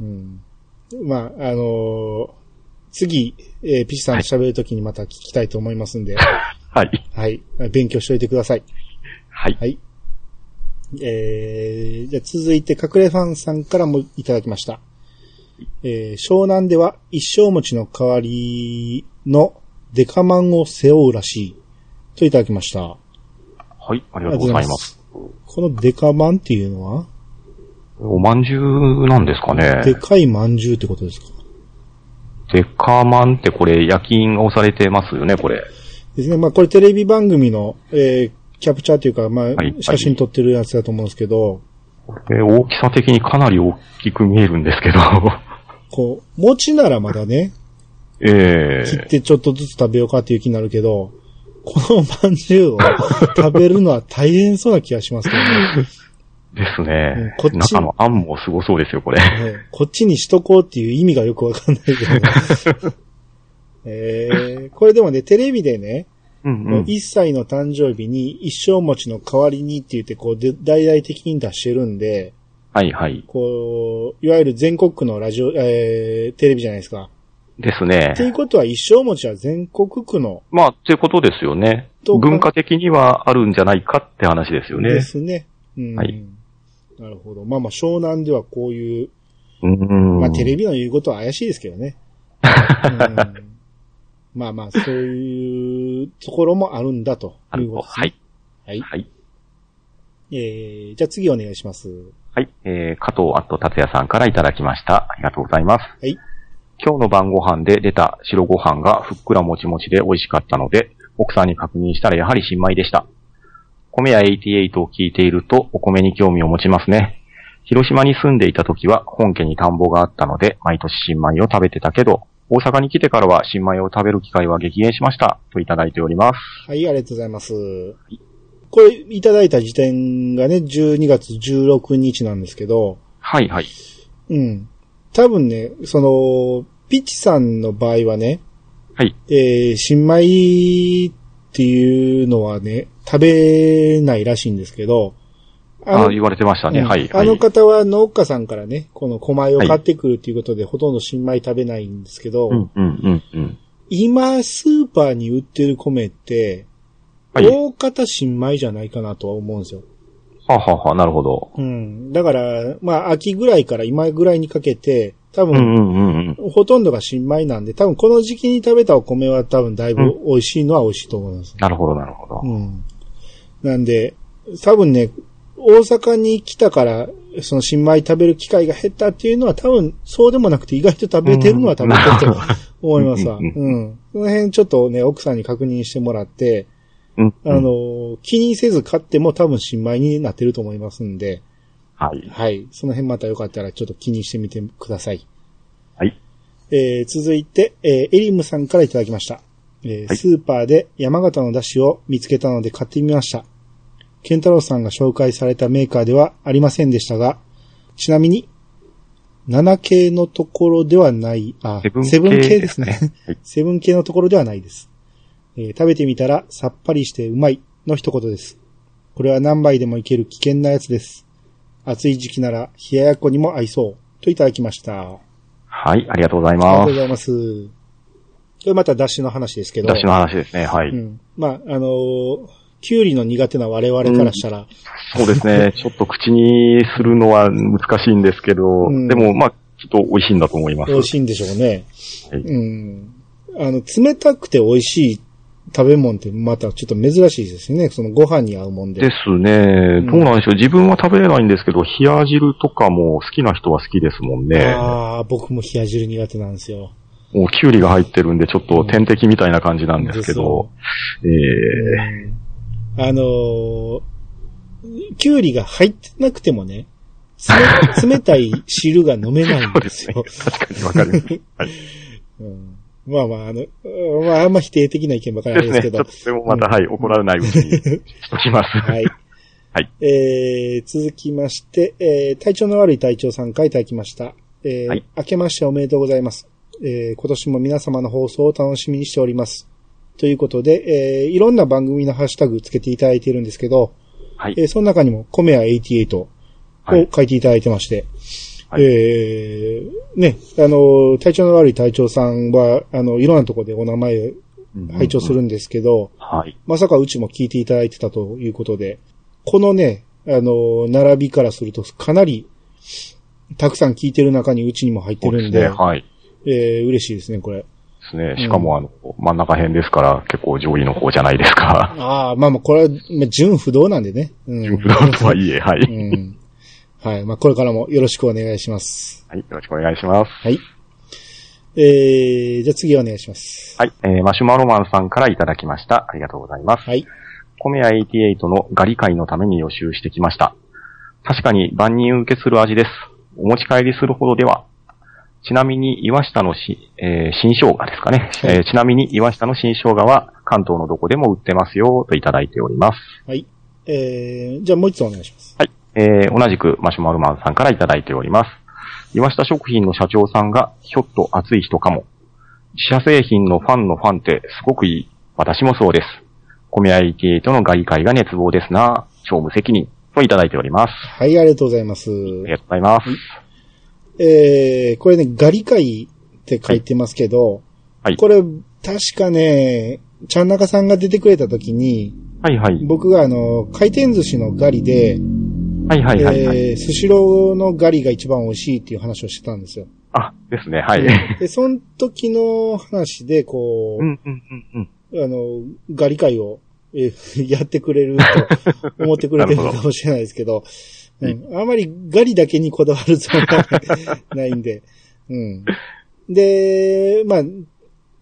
うん、まあ、あのー次、えーピチさんと喋るときにまた聞きたいと思いますんで、は
はい。
い、勉強しておいてください。
はい
は。い。えー、じゃあ続いて、隠れファンさんからもいただきました。えー、湘南では一生餅の代わりのデカマンを背負うらしい。といただきました。
はい。ありがとうございます。
このデカマンっていうのは、
おまんじゅうなんですかね。
でかいまんじゅうってことですか
デカマンってこれ、夜勤をされてますよね、これ。
ですね。まあ、これテレビ番組の、えー、キャプチャーというか、まあ
はい、
写真撮ってるやつだと思うんですけど、
で大きさ的にかなり大きく見えるんですけど。
こう、餅ならまだね、
ええ
切ってちょっとずつ食べようかっていう気になるけど、このまんじゅうを 食べるのは大変そうな気がしますけどね。
です
うん
ね。
こっち
中のあんもすごそうですよ、これ。
ねこっちにしとこうっていう意味がよくわかんないけど、ね。 えー、これでもね、テレビでね、
うん
こう1歳の誕生日に一生餅の代わりにって言って、こうで、大々的に出してるんで、
はいはい。
こう、いわゆる全国区のラジオ、えー、テレビじゃないですか。
ですね
って。いうことは一生持ちは全国区の
まあ、っていうことですよね。
と
文化的にはあるんじゃないかって話ですよ
で
ね。
すね。うん。
はい
なるほど。まあまあ、湘南ではこういう、
うん。
まあテレビの言うことは怪しいですけどね。うん まあまあ、そういうところもあるんだと
あ
い
る
うこと
と。
です
は
ね。
い。
はい
はい。
えー、じゃあ次お願いします。
はい、えー、加藤アット達也さんからいただきました。ありがとうございます。
い
今日の晩ご飯で出た白ご飯がふっくらもちもちで美味しかったので、奥さんに確認したらやはり新米でした。米屋88を聞いているとお米に興味を持ちますね。広島に住んでいた時は本家に田んぼがあったので、毎年新米を食べてたけど、大阪に来てからは新米を食べる機会は激減しました。といただいております。
はい、ありがとうございます。これ、いただいた時点がね、12月16日なんですけど、
はいはい。
うん。多分ね、その、ピッチさんの場合はね、
はい。
えー、新米っていうのはね、食べないらしいんですけど、
あ言われてましたね。
うん
はい。は
あ
い
の方は農家さんからね、この小米を買ってくるっていうことで、ほとんど新米食べないんですけど、
うんうんうんうん。
今スーパーに売ってる米って、
はい。
大方新米じゃないかなとは思うんですよ。
はあ、はあはあ、なるほど。
うん。だから、まあ、秋ぐらいから今ぐらいにかけて、多
うん
分、
うんうんうん。
ほとんどが新米なんで、多分この時期に食べたお米は多分だいぶ美味しいのは美味しいと思うんですね。
なるほど、なるほど。
うん。なんで、多分ね、大阪に来たから、その新米食べる機会が減ったっていうのは多分そうでもなくて意外と食べてるのは食べてると思いますわ。
う
うん。
うん
その辺ちょっとね、奥さんに確認してもらって、
うん。
あのー、気にせず買っても多分新米になってると思いますんで、
はい。
はい。その辺またよかったらちょっと気にしてみてください。
はい。
えー続いて、えーエリムさんからいただきました。えー
はい
スーパーで山形の出汁を見つけたので買ってみました。ケンタロウさんが紹介されたメーカーではありませんでしたが、ちなみに、7系のところではない、あ、
セブン系
セブン系ですね。
はい。
セブン系のところではないです。えー食べてみたらさっぱりしてうまいの一言です。これは何杯でもいける危険なやつです。暑い時期なら冷ややっこにも合いそう。といただきました。
はい、ありがとうご
あ
ざい
りがと
ま
う
す
ご。ざいます。これまた出汁の話ですけど。
私の話ですね。は
う
い。
ん。まあ、あのーキュウリの苦手な我々からしたら、
そうで すね。ちょっと口にするのは難しいんですけど
うん、
でも、まあ、きっと美味しいんだと思います
美。味しいんでしょうね。
はい
うん。あの、冷たくて美味しい食べ物ってまたちょっと珍しいですね。そのご飯に合うもんで。
ですね。どうなんでしょう。自分は食べれないんですけど、冷や汁とかも好きな人は好きですもんね。
ああ、僕も冷や汁苦手なんですよ。
もう、きゅうりが入ってるんで、ちょっと天敵みたいな感じなんですけど。ええ。
うんあのーキュウリが入ってなくてもね、冷 冷たい汁が飲めないん
そうで
ですす
ね
よ。。
確かにわかります。
うんまあまあ、あの、うんまああんま否定的な意見ばかりあれ
で
ですす
ね。
け
ちょっ
ど。
と、でもまた、はい、怒られないうちに、しときます。
はい。
はい
えー、続きまして、えー、体調の悪い隊長さんからいただきました。えー
はい
明けましておめでとうございます。えー、今年も皆様の放送を楽しみにしております。ということで、えー、いろんな番組のハッシュタグつけていただいているんですけど、
はい
えー、その中にも、コメア88を
はい
書いていただいてまして、
はい
えー、ね、あの、体調の悪い隊長さんは、あの、いろんなところでお名前拝聴するんですけど、
はい。
まさかうちも聞いていただいてたということで、このね、あの、並びからするとかなり、たくさん聞いてる中にうちにも入って
そうで
る
す
んで、
ね。はい。
えー嬉しいですね、これ。
ですね。しかも、あの、真ん中辺ですから、結構上位の方じゃないですか。
ああ、まあまあ、これは、まあ、純不動なんでね。うん。
順 不動とはいえ、は
う
い。
ん。はい。まあ、これからもよろしくお願いします。
はい。よろしくお願いします。
はい。えー、じゃあ次お願いします。
はい。えー、マシュマロマンさんからいただきました。ありがとうございます。
はい。
コメア88のガリ会のために予習してきました。確かに万人受けする味です。お持ち帰りするほどでは。ちなみに、岩下のし、えー新生姜ですかね、
はい
えーちなみに、岩下の新生姜は関東のどこでも売ってますよ、といただいております。
はい。えー、じゃあもう一つお願いします。
はい。えー、同じくマシュマロマンさんからいただいております。岩下食品の社長さんがひょっと熱い人かも。自社製品のファンのファンってすごくいい。私もそうです。米 IT8 の外界が熱望ですな。超無責任。といただいております。
はい、ありがとうございます。
ありがとうございます。
えー、これね、ガリ会って書いてますけど、
はい
これ、確かね、ちゃんなかさんが出てくれた時に、
はいはい。
僕があの、回転寿司のガリで、
はいはいはい、はい。
えー、スシローのガリが一番美味しいっていう話をしてたんですよ。
あ、ですね、はい。
で、その時の話で、こう、
うんうんうんうん。
あの、ガリ会を、えー やってくれると思ってくれ てるのかもしれないですけど、うん、あまりガリだけにこだわるつもりはないんで、うん。で、まあ、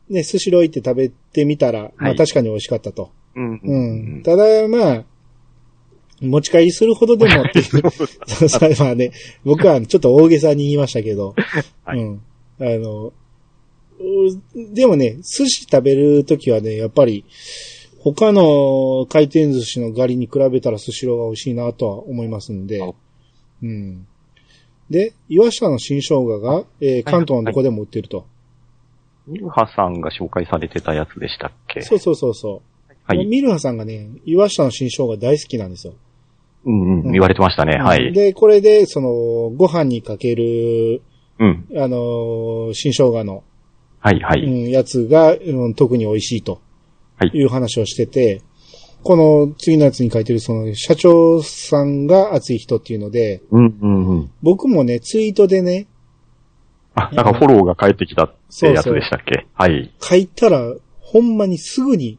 ね、スシロー行って食べてみたら、まあ
はい
確かに美味しかったと。
うんう
うん
うん
ん。ただ、まあ、持ち帰りするほどでもって いう。それはね、僕はちょっと大げさに言いましたけど。
はい
うん。あの、うでもね、寿司食べるときはね、やっぱり、他の回転寿司のガリに比べたらスシローが美味しいなとは思いますんで
あ。
うん。で、岩下の新生姜が、えー関東のどこでも売ってると。
ミルハさんが紹介されてたやつでしたっけ
そうそうそうそう。
はい。
ミルハさんがね、岩下の新生姜大好きなんですよ。
うんうん。言われてましたね。はい。
で、これで、その、ご飯にかける、
うん。
あのー新生姜の、
はいは
う
い。
ん、やつが、うん特に美味しいと。
はい
いう話をしてて、この次のやつに書いてる、その、社長さんが熱い人っていうので、
うんうんうん。
僕もね、ツイートでね、
あ、なんかフォローが返ってきたってやつでしたっけはい。
書いたら、ほんまにすぐに、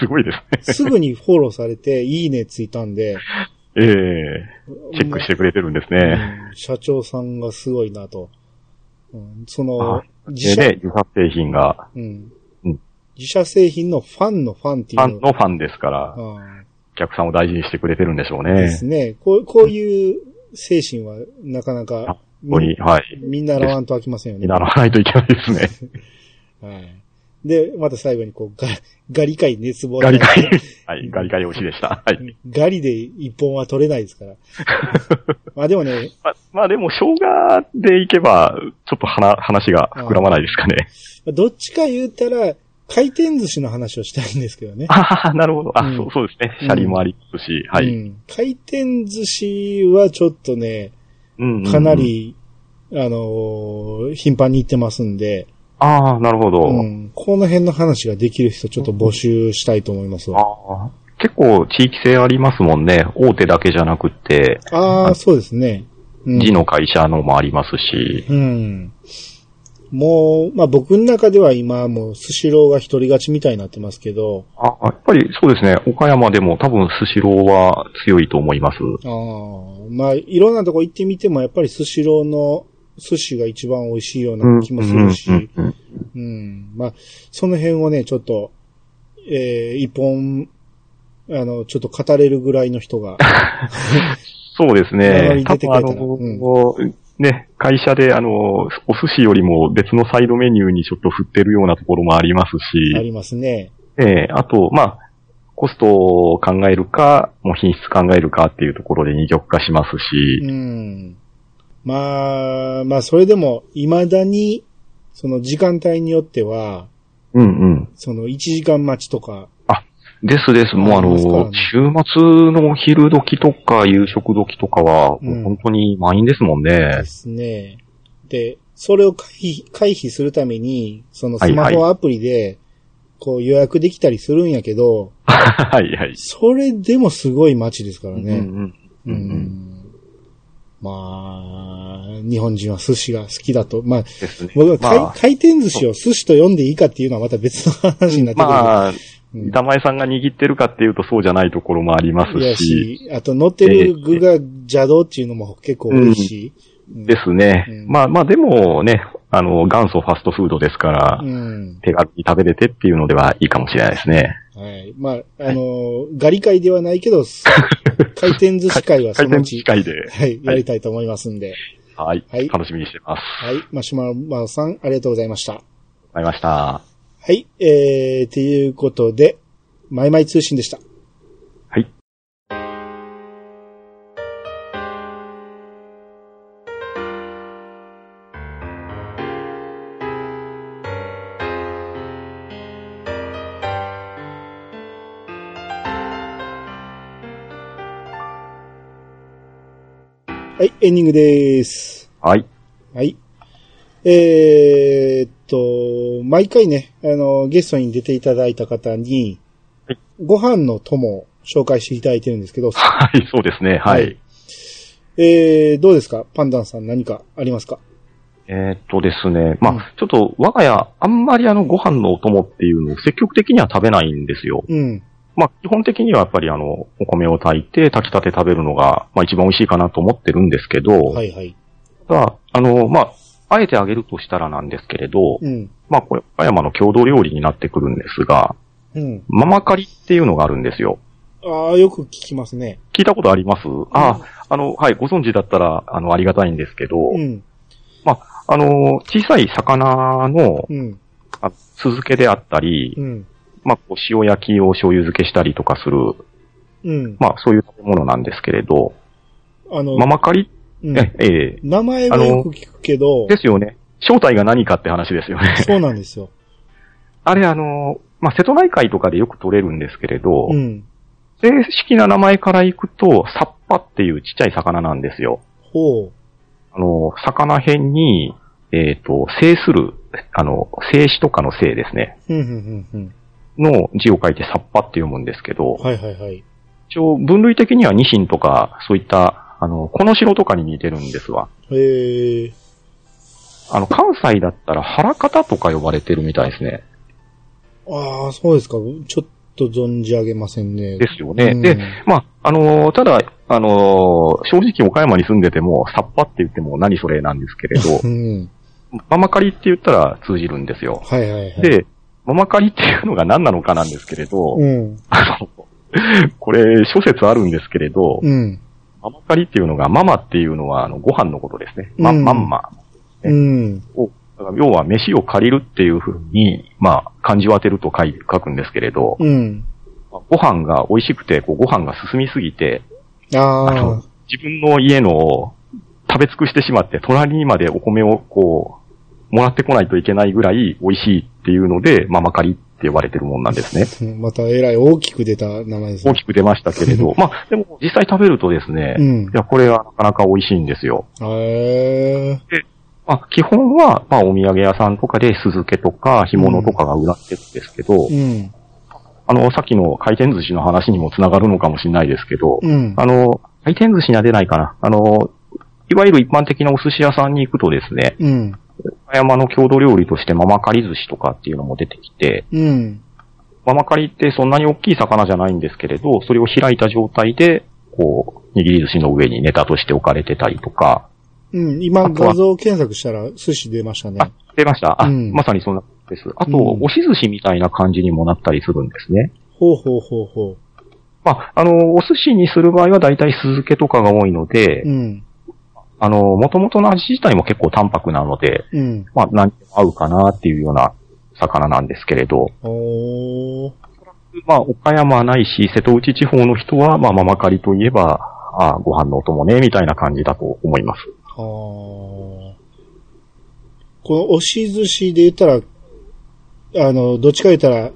すごいですね。
すぐにフォローされて、いいねついたんで、
ええチェックしてくれてるんですね。
うん社長さんがすごいなと。うん、その
あ、
自
で
社、
ね、自作製品が、
うん
うん
自社製品のファンのファンってい
ファ
う
ンのファンですから、お
うん
客さんを大事にしてくれてるんでしょう
で
ね
す。ね。こうこういう精神はなかなか
あここに、はい。
みんな習わんと飽きませんよね。
見習わないといけないですね。
はいで、また最後にこう、ガガリ界熱望。
ガリガリ。はい、ガリガリ推しでした。はい。
ガリで一本は取れないです から。まあでもね、
ま、まあでも、生姜でいけば、ちょっと話、話が膨らまないですかね。
どっちか言ったら、回転寿司の話をしたいんですけどね。
ああ、なるほど。あ、
うん
そう、そうですね。シャリもありますし、は
う
い。
ん回転寿司はちょっとね、
うんうんうん
かな。り、あのー頻繁に行ってますんで、
ああ、なるほど。
うん、この辺の話ができる人ちょっと募集したいと思いますわ。
ああ。結構地域性ありますもんね。大手だけじゃなくって、
ああ、そうですね。うん
字の会社のもありますし。
うん。もう、まあ僕の中では今もうスシローが一人勝ちみたいになってますけど、
あ、やっぱりそうですね。岡山でも多分スシローは強いと思います。
ああまあいろんなとこ行ってみてもやっぱりスシローの寿司が一番美味しいような気もするし、
うんうん
うん。まあ、その辺をね、ちょっと、えー、一本、あの、ちょっと語れるぐらいの人が、
そうです
名乗
ね
り。
多
出て
分
く
あ
れたら
の、ね、会社であの、お寿司よりも別のサイドメニューにちょっと振ってるようなところもあります
あ
し、
ります ね。
ええあと、まあ、コストを考えるか、もう品質考えるかっていうところで二極化しますし、
うん。まあ、まあ、それでも、未だに、その時間帯によっては、
うんうん。
その1時間待ちとか、
ですです。もうあ
あり
の、
ますからね
週末のお昼時とか夕食時とかは、
うん
本当に満員ですもんね
で。すね。で、それを回避、回避するために、そのスマ
はいは
ホアプリで、こう予約できたりするんやけど、
はいはい。
それでもすごい待ちですから
うん
ね。
うんうんうん
まあ、日本人は寿司が好きだと。まあ、
ですね。
僕は回,、
まあ、
回転寿司を寿司と呼んでいいかっていうのはまた別の話になってくる。
まあ、
うん
板前さんが握ってるかっていうとそうじゃないところもありま
いや
すし、
し、あと乗ってる具が邪道っていうのも結構多いし。うん
ですね。
うん
まあまあでもね、あの、元祖ファストフードですから、
うん。
手軽に食べれてっていうのではいいかもしれないですね。
はい。まあ、あのーガリ会ではないけ ど、回転寿司会はそ
回
のう
転
ち
機、会で、
はい、やりたいと思いますんで。
はい、
はい
楽しみにしてます。あり
はい。マシュマロさん、ありがとうございました。
がとうございました。
はい。えー、ということで、マイマイ通信でした。
はい。
はい、エンディングです。
はい。
はい。えーっと、毎回ね、あの、ゲストに出ていただいた方に、
はい
ご飯の友を紹介していただいてるんですけど、
はい、そうですね。は
はいい。えー、どうですかパンダンさん何かありますか
えーっとですね。まあ、
うん
ちょっと我が家、あんまりあの、ご飯のお供っていうのを積極的には食べないんですよ。
うん。
まあ、基本的にはやっぱりあの、お米を炊いて炊きたて食べるのが、まあ一番美味しいかなと思ってるんですけど、
はいはい。
ただ、あの、まあ、あえてあげるとしたらなんですけれど、
うん。
まあ、これ、岡山の郷土料理になってくるんですが、
うん。
ママカリっていうのがあるんですよ。
ああ、よく聞きますね。
聞いたことありますあ、あの、はい、ご存知だったら、あの、ありがたいんですけど、
うん。
あの、小さい魚の
うん。
あ酢漬けであったり、
うん。
まあ、こう塩焼きを醤油漬けしたりとかする、
うん。
まあ、そういう食べ物なんですけれど、
あの、
ママカリ、
うん
え、ええ
名前はよく聞くけど、
ですよね。正体が何かって話ですよね。
そうなんですよ。
あれ、あの、まあ、瀬戸内海とかでよく取れるんですけれど、
うん。
正式な名前からいくと、サッパっていうちっちゃい魚なんですよ。
ほ
あの、魚辺に、えっ、と、制する、あの、静止とかの性ですね。
う。ふんふんふんふん。
の字を書いてサッパって読むんですけど、
はいはいはい。
一応分類的にはニシンとか、そういった、あの、この城とかに似てるんですわ。
えー、
あの、関西だったら腹方とか呼ばれてるみたいですね。
ああ、そうですか。ちょっと存じ上げませんね。
ですよね。
うん、
で、まあ、あのーただ、あのー正直岡山に住んでても、サッパって言っても何それなんですけれど
うん。
ママカリって言ったら通じるんですよ。
はいはいはい。、
で、ママカリっていうのが何なのかなんですけれど、
うん。
あの、 これ、諸説あるんですけれど、
うん。
ママカリっていうのが、ママっていうのは、あの、ご飯のことですね。ま、
うん
まんま。
うん。
を、だから要は、飯を借りるっていうふうに、まあ、漢字を当てると書い書くんですけれど、
うん。
まあご飯が美味しくて、こう、ご飯が進みすぎて、あ
あ
の、自分の家のを食べ尽くしてしまって、隣にまでお米をこう、もらってこないといけないぐらい美味しいっていうので、ママカリって呼ばれてるもんなんですね。
あ、 またえらい大きく出た名前です
大
ね。
きく出ましたけれど、まあ、でも実際食べるとですね、
う
い
ん。
や、これはなかなか美味しいんですよ。
へえ。
まあ、基本は、まあ、お土産屋さんとかで酢漬けとか干物とかが売られてるんですけど、
うん。
あの、さっきの回転寿司の話にもつながるのかもしれないですけど、
うん。
あの、回転寿司には出ないかな。あの、いわゆる一般的なお寿司屋さんに行くとですね、
うん。
岡山の郷土料理としてママカリ寿司とかっていうのも出てきて、
うん。
ママカリってそんなに大きい魚じゃないんですけれど、それを開いた状態で、こう、握り寿司の上にネタとして置かれてたりとか、
うん。今、画像検索したら寿司出ましたね。
あ、出ました。あ、
うん
まさにそんなことです。あと、
うん
押し寿司みたいな感じにもなったりするんですね。
ほうほうほうほ
まあ、あの、お寿司にする場合は大体酢漬けとかが多いので、
う。うん。
あの、元々の味自体も結構淡白なので、
うん。
まあ、何でも合うかなっていうような魚なんですけれど、
おー。
まあ、岡山ないし、瀬戸内地方の人は、まあ、ママカリといえば、ああご飯のお供ね、みたいな感じだと思います。
あー。この押し寿司で言ったら、あの、どっちか言ったら、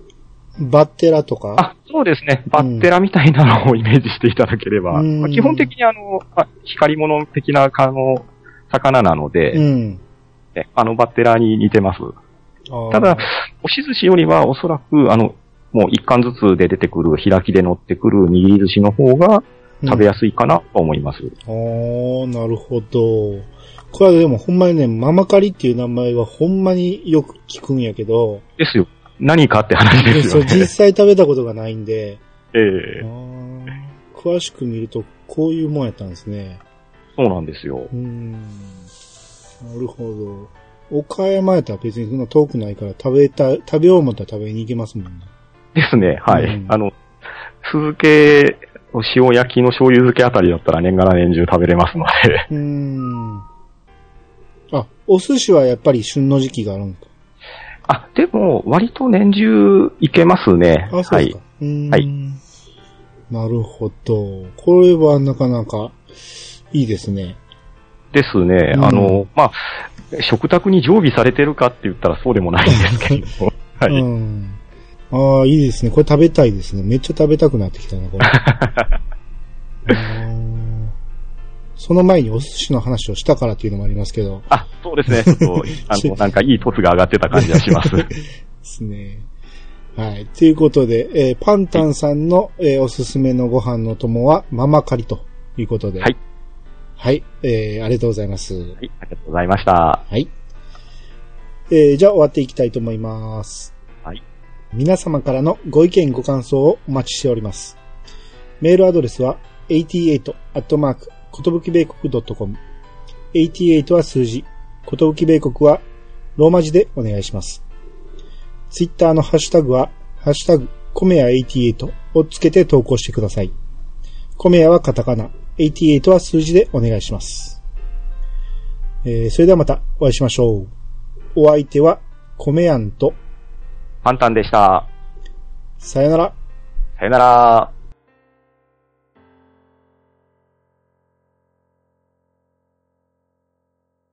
バッテラとか
あ、そうですね。バッテラみたいなのをイメージしていただければ、
うん
まあ基本的にあの、まあ光り物的な、あの、魚なので、
うん。
ねあの、バッテラに似てます。
あー
ただ、、押し寿司よりはおそらく、あの、もう一貫ずつで出てくる、開きで乗ってくる握り寿司の方が食べやすいかなと思います。
あー、なるほど。これはでもほんまにね、ママカリっていう名前はほんまによく聞くんやけど、
ですよ。何かって話です
そ
よ
う実
ね。
際食べたことがないんで、
え
あ
え
ー詳しく見るとこういうもんやったんですね。
そうなんですよ。
うーん。なるほど。岡山やったら別にそんな遠くないから食べた、食べよう思ったら食べに行けますもんね。
ですね、はい。
うん
あの、酢漬け、塩焼きの醤油漬けあたりだったら年がら年中食べれますので、
うーん。あ、お寿司はやっぱり旬の時期があるんか。
あ、でも、割と年中いけますね。
あ、そ
は
うです
い
か。。うーん
は
なるほど。これはなかなかいいですね。
ですね、
うん
あの、まあ、食卓に常備されてるかって言ったらそうでもないんですけれ ど、はい。
うん。ああ、いいですね。これ食べたい ですね。めっちゃ食べたくなってきたな、これ。あーその前にお寿司の話をしたからっていうのもありますけど、
あ、そうで すね。ちょっと、あの、なんかいいトスが上がってた感じがします。
ですね。はい。ということで、えーパンタンさんの、えーおすすめのご飯の友は、ママカリということで。
はい。
はい。えーありがとうございます。
はい、ありがとうございました。
はい。えーじゃあ終わっていきたいと思います。
はい。
皆様からのご意見ご感想をお待ちしております。メールアドレスは88アットマーク、ことぶき米国 .com。88は数字、ことぶき米国はローマ字でお願いします。ツイッターのハッシュタグは、ハッシュタグ、コメヤ88をつけて投稿してください。コメヤはカタカナ、88は数字でお願いします。えーそれではまたお会いしましょう。お相手は、コメヤンと、
パンタンでした。
さよなら。
さよなら。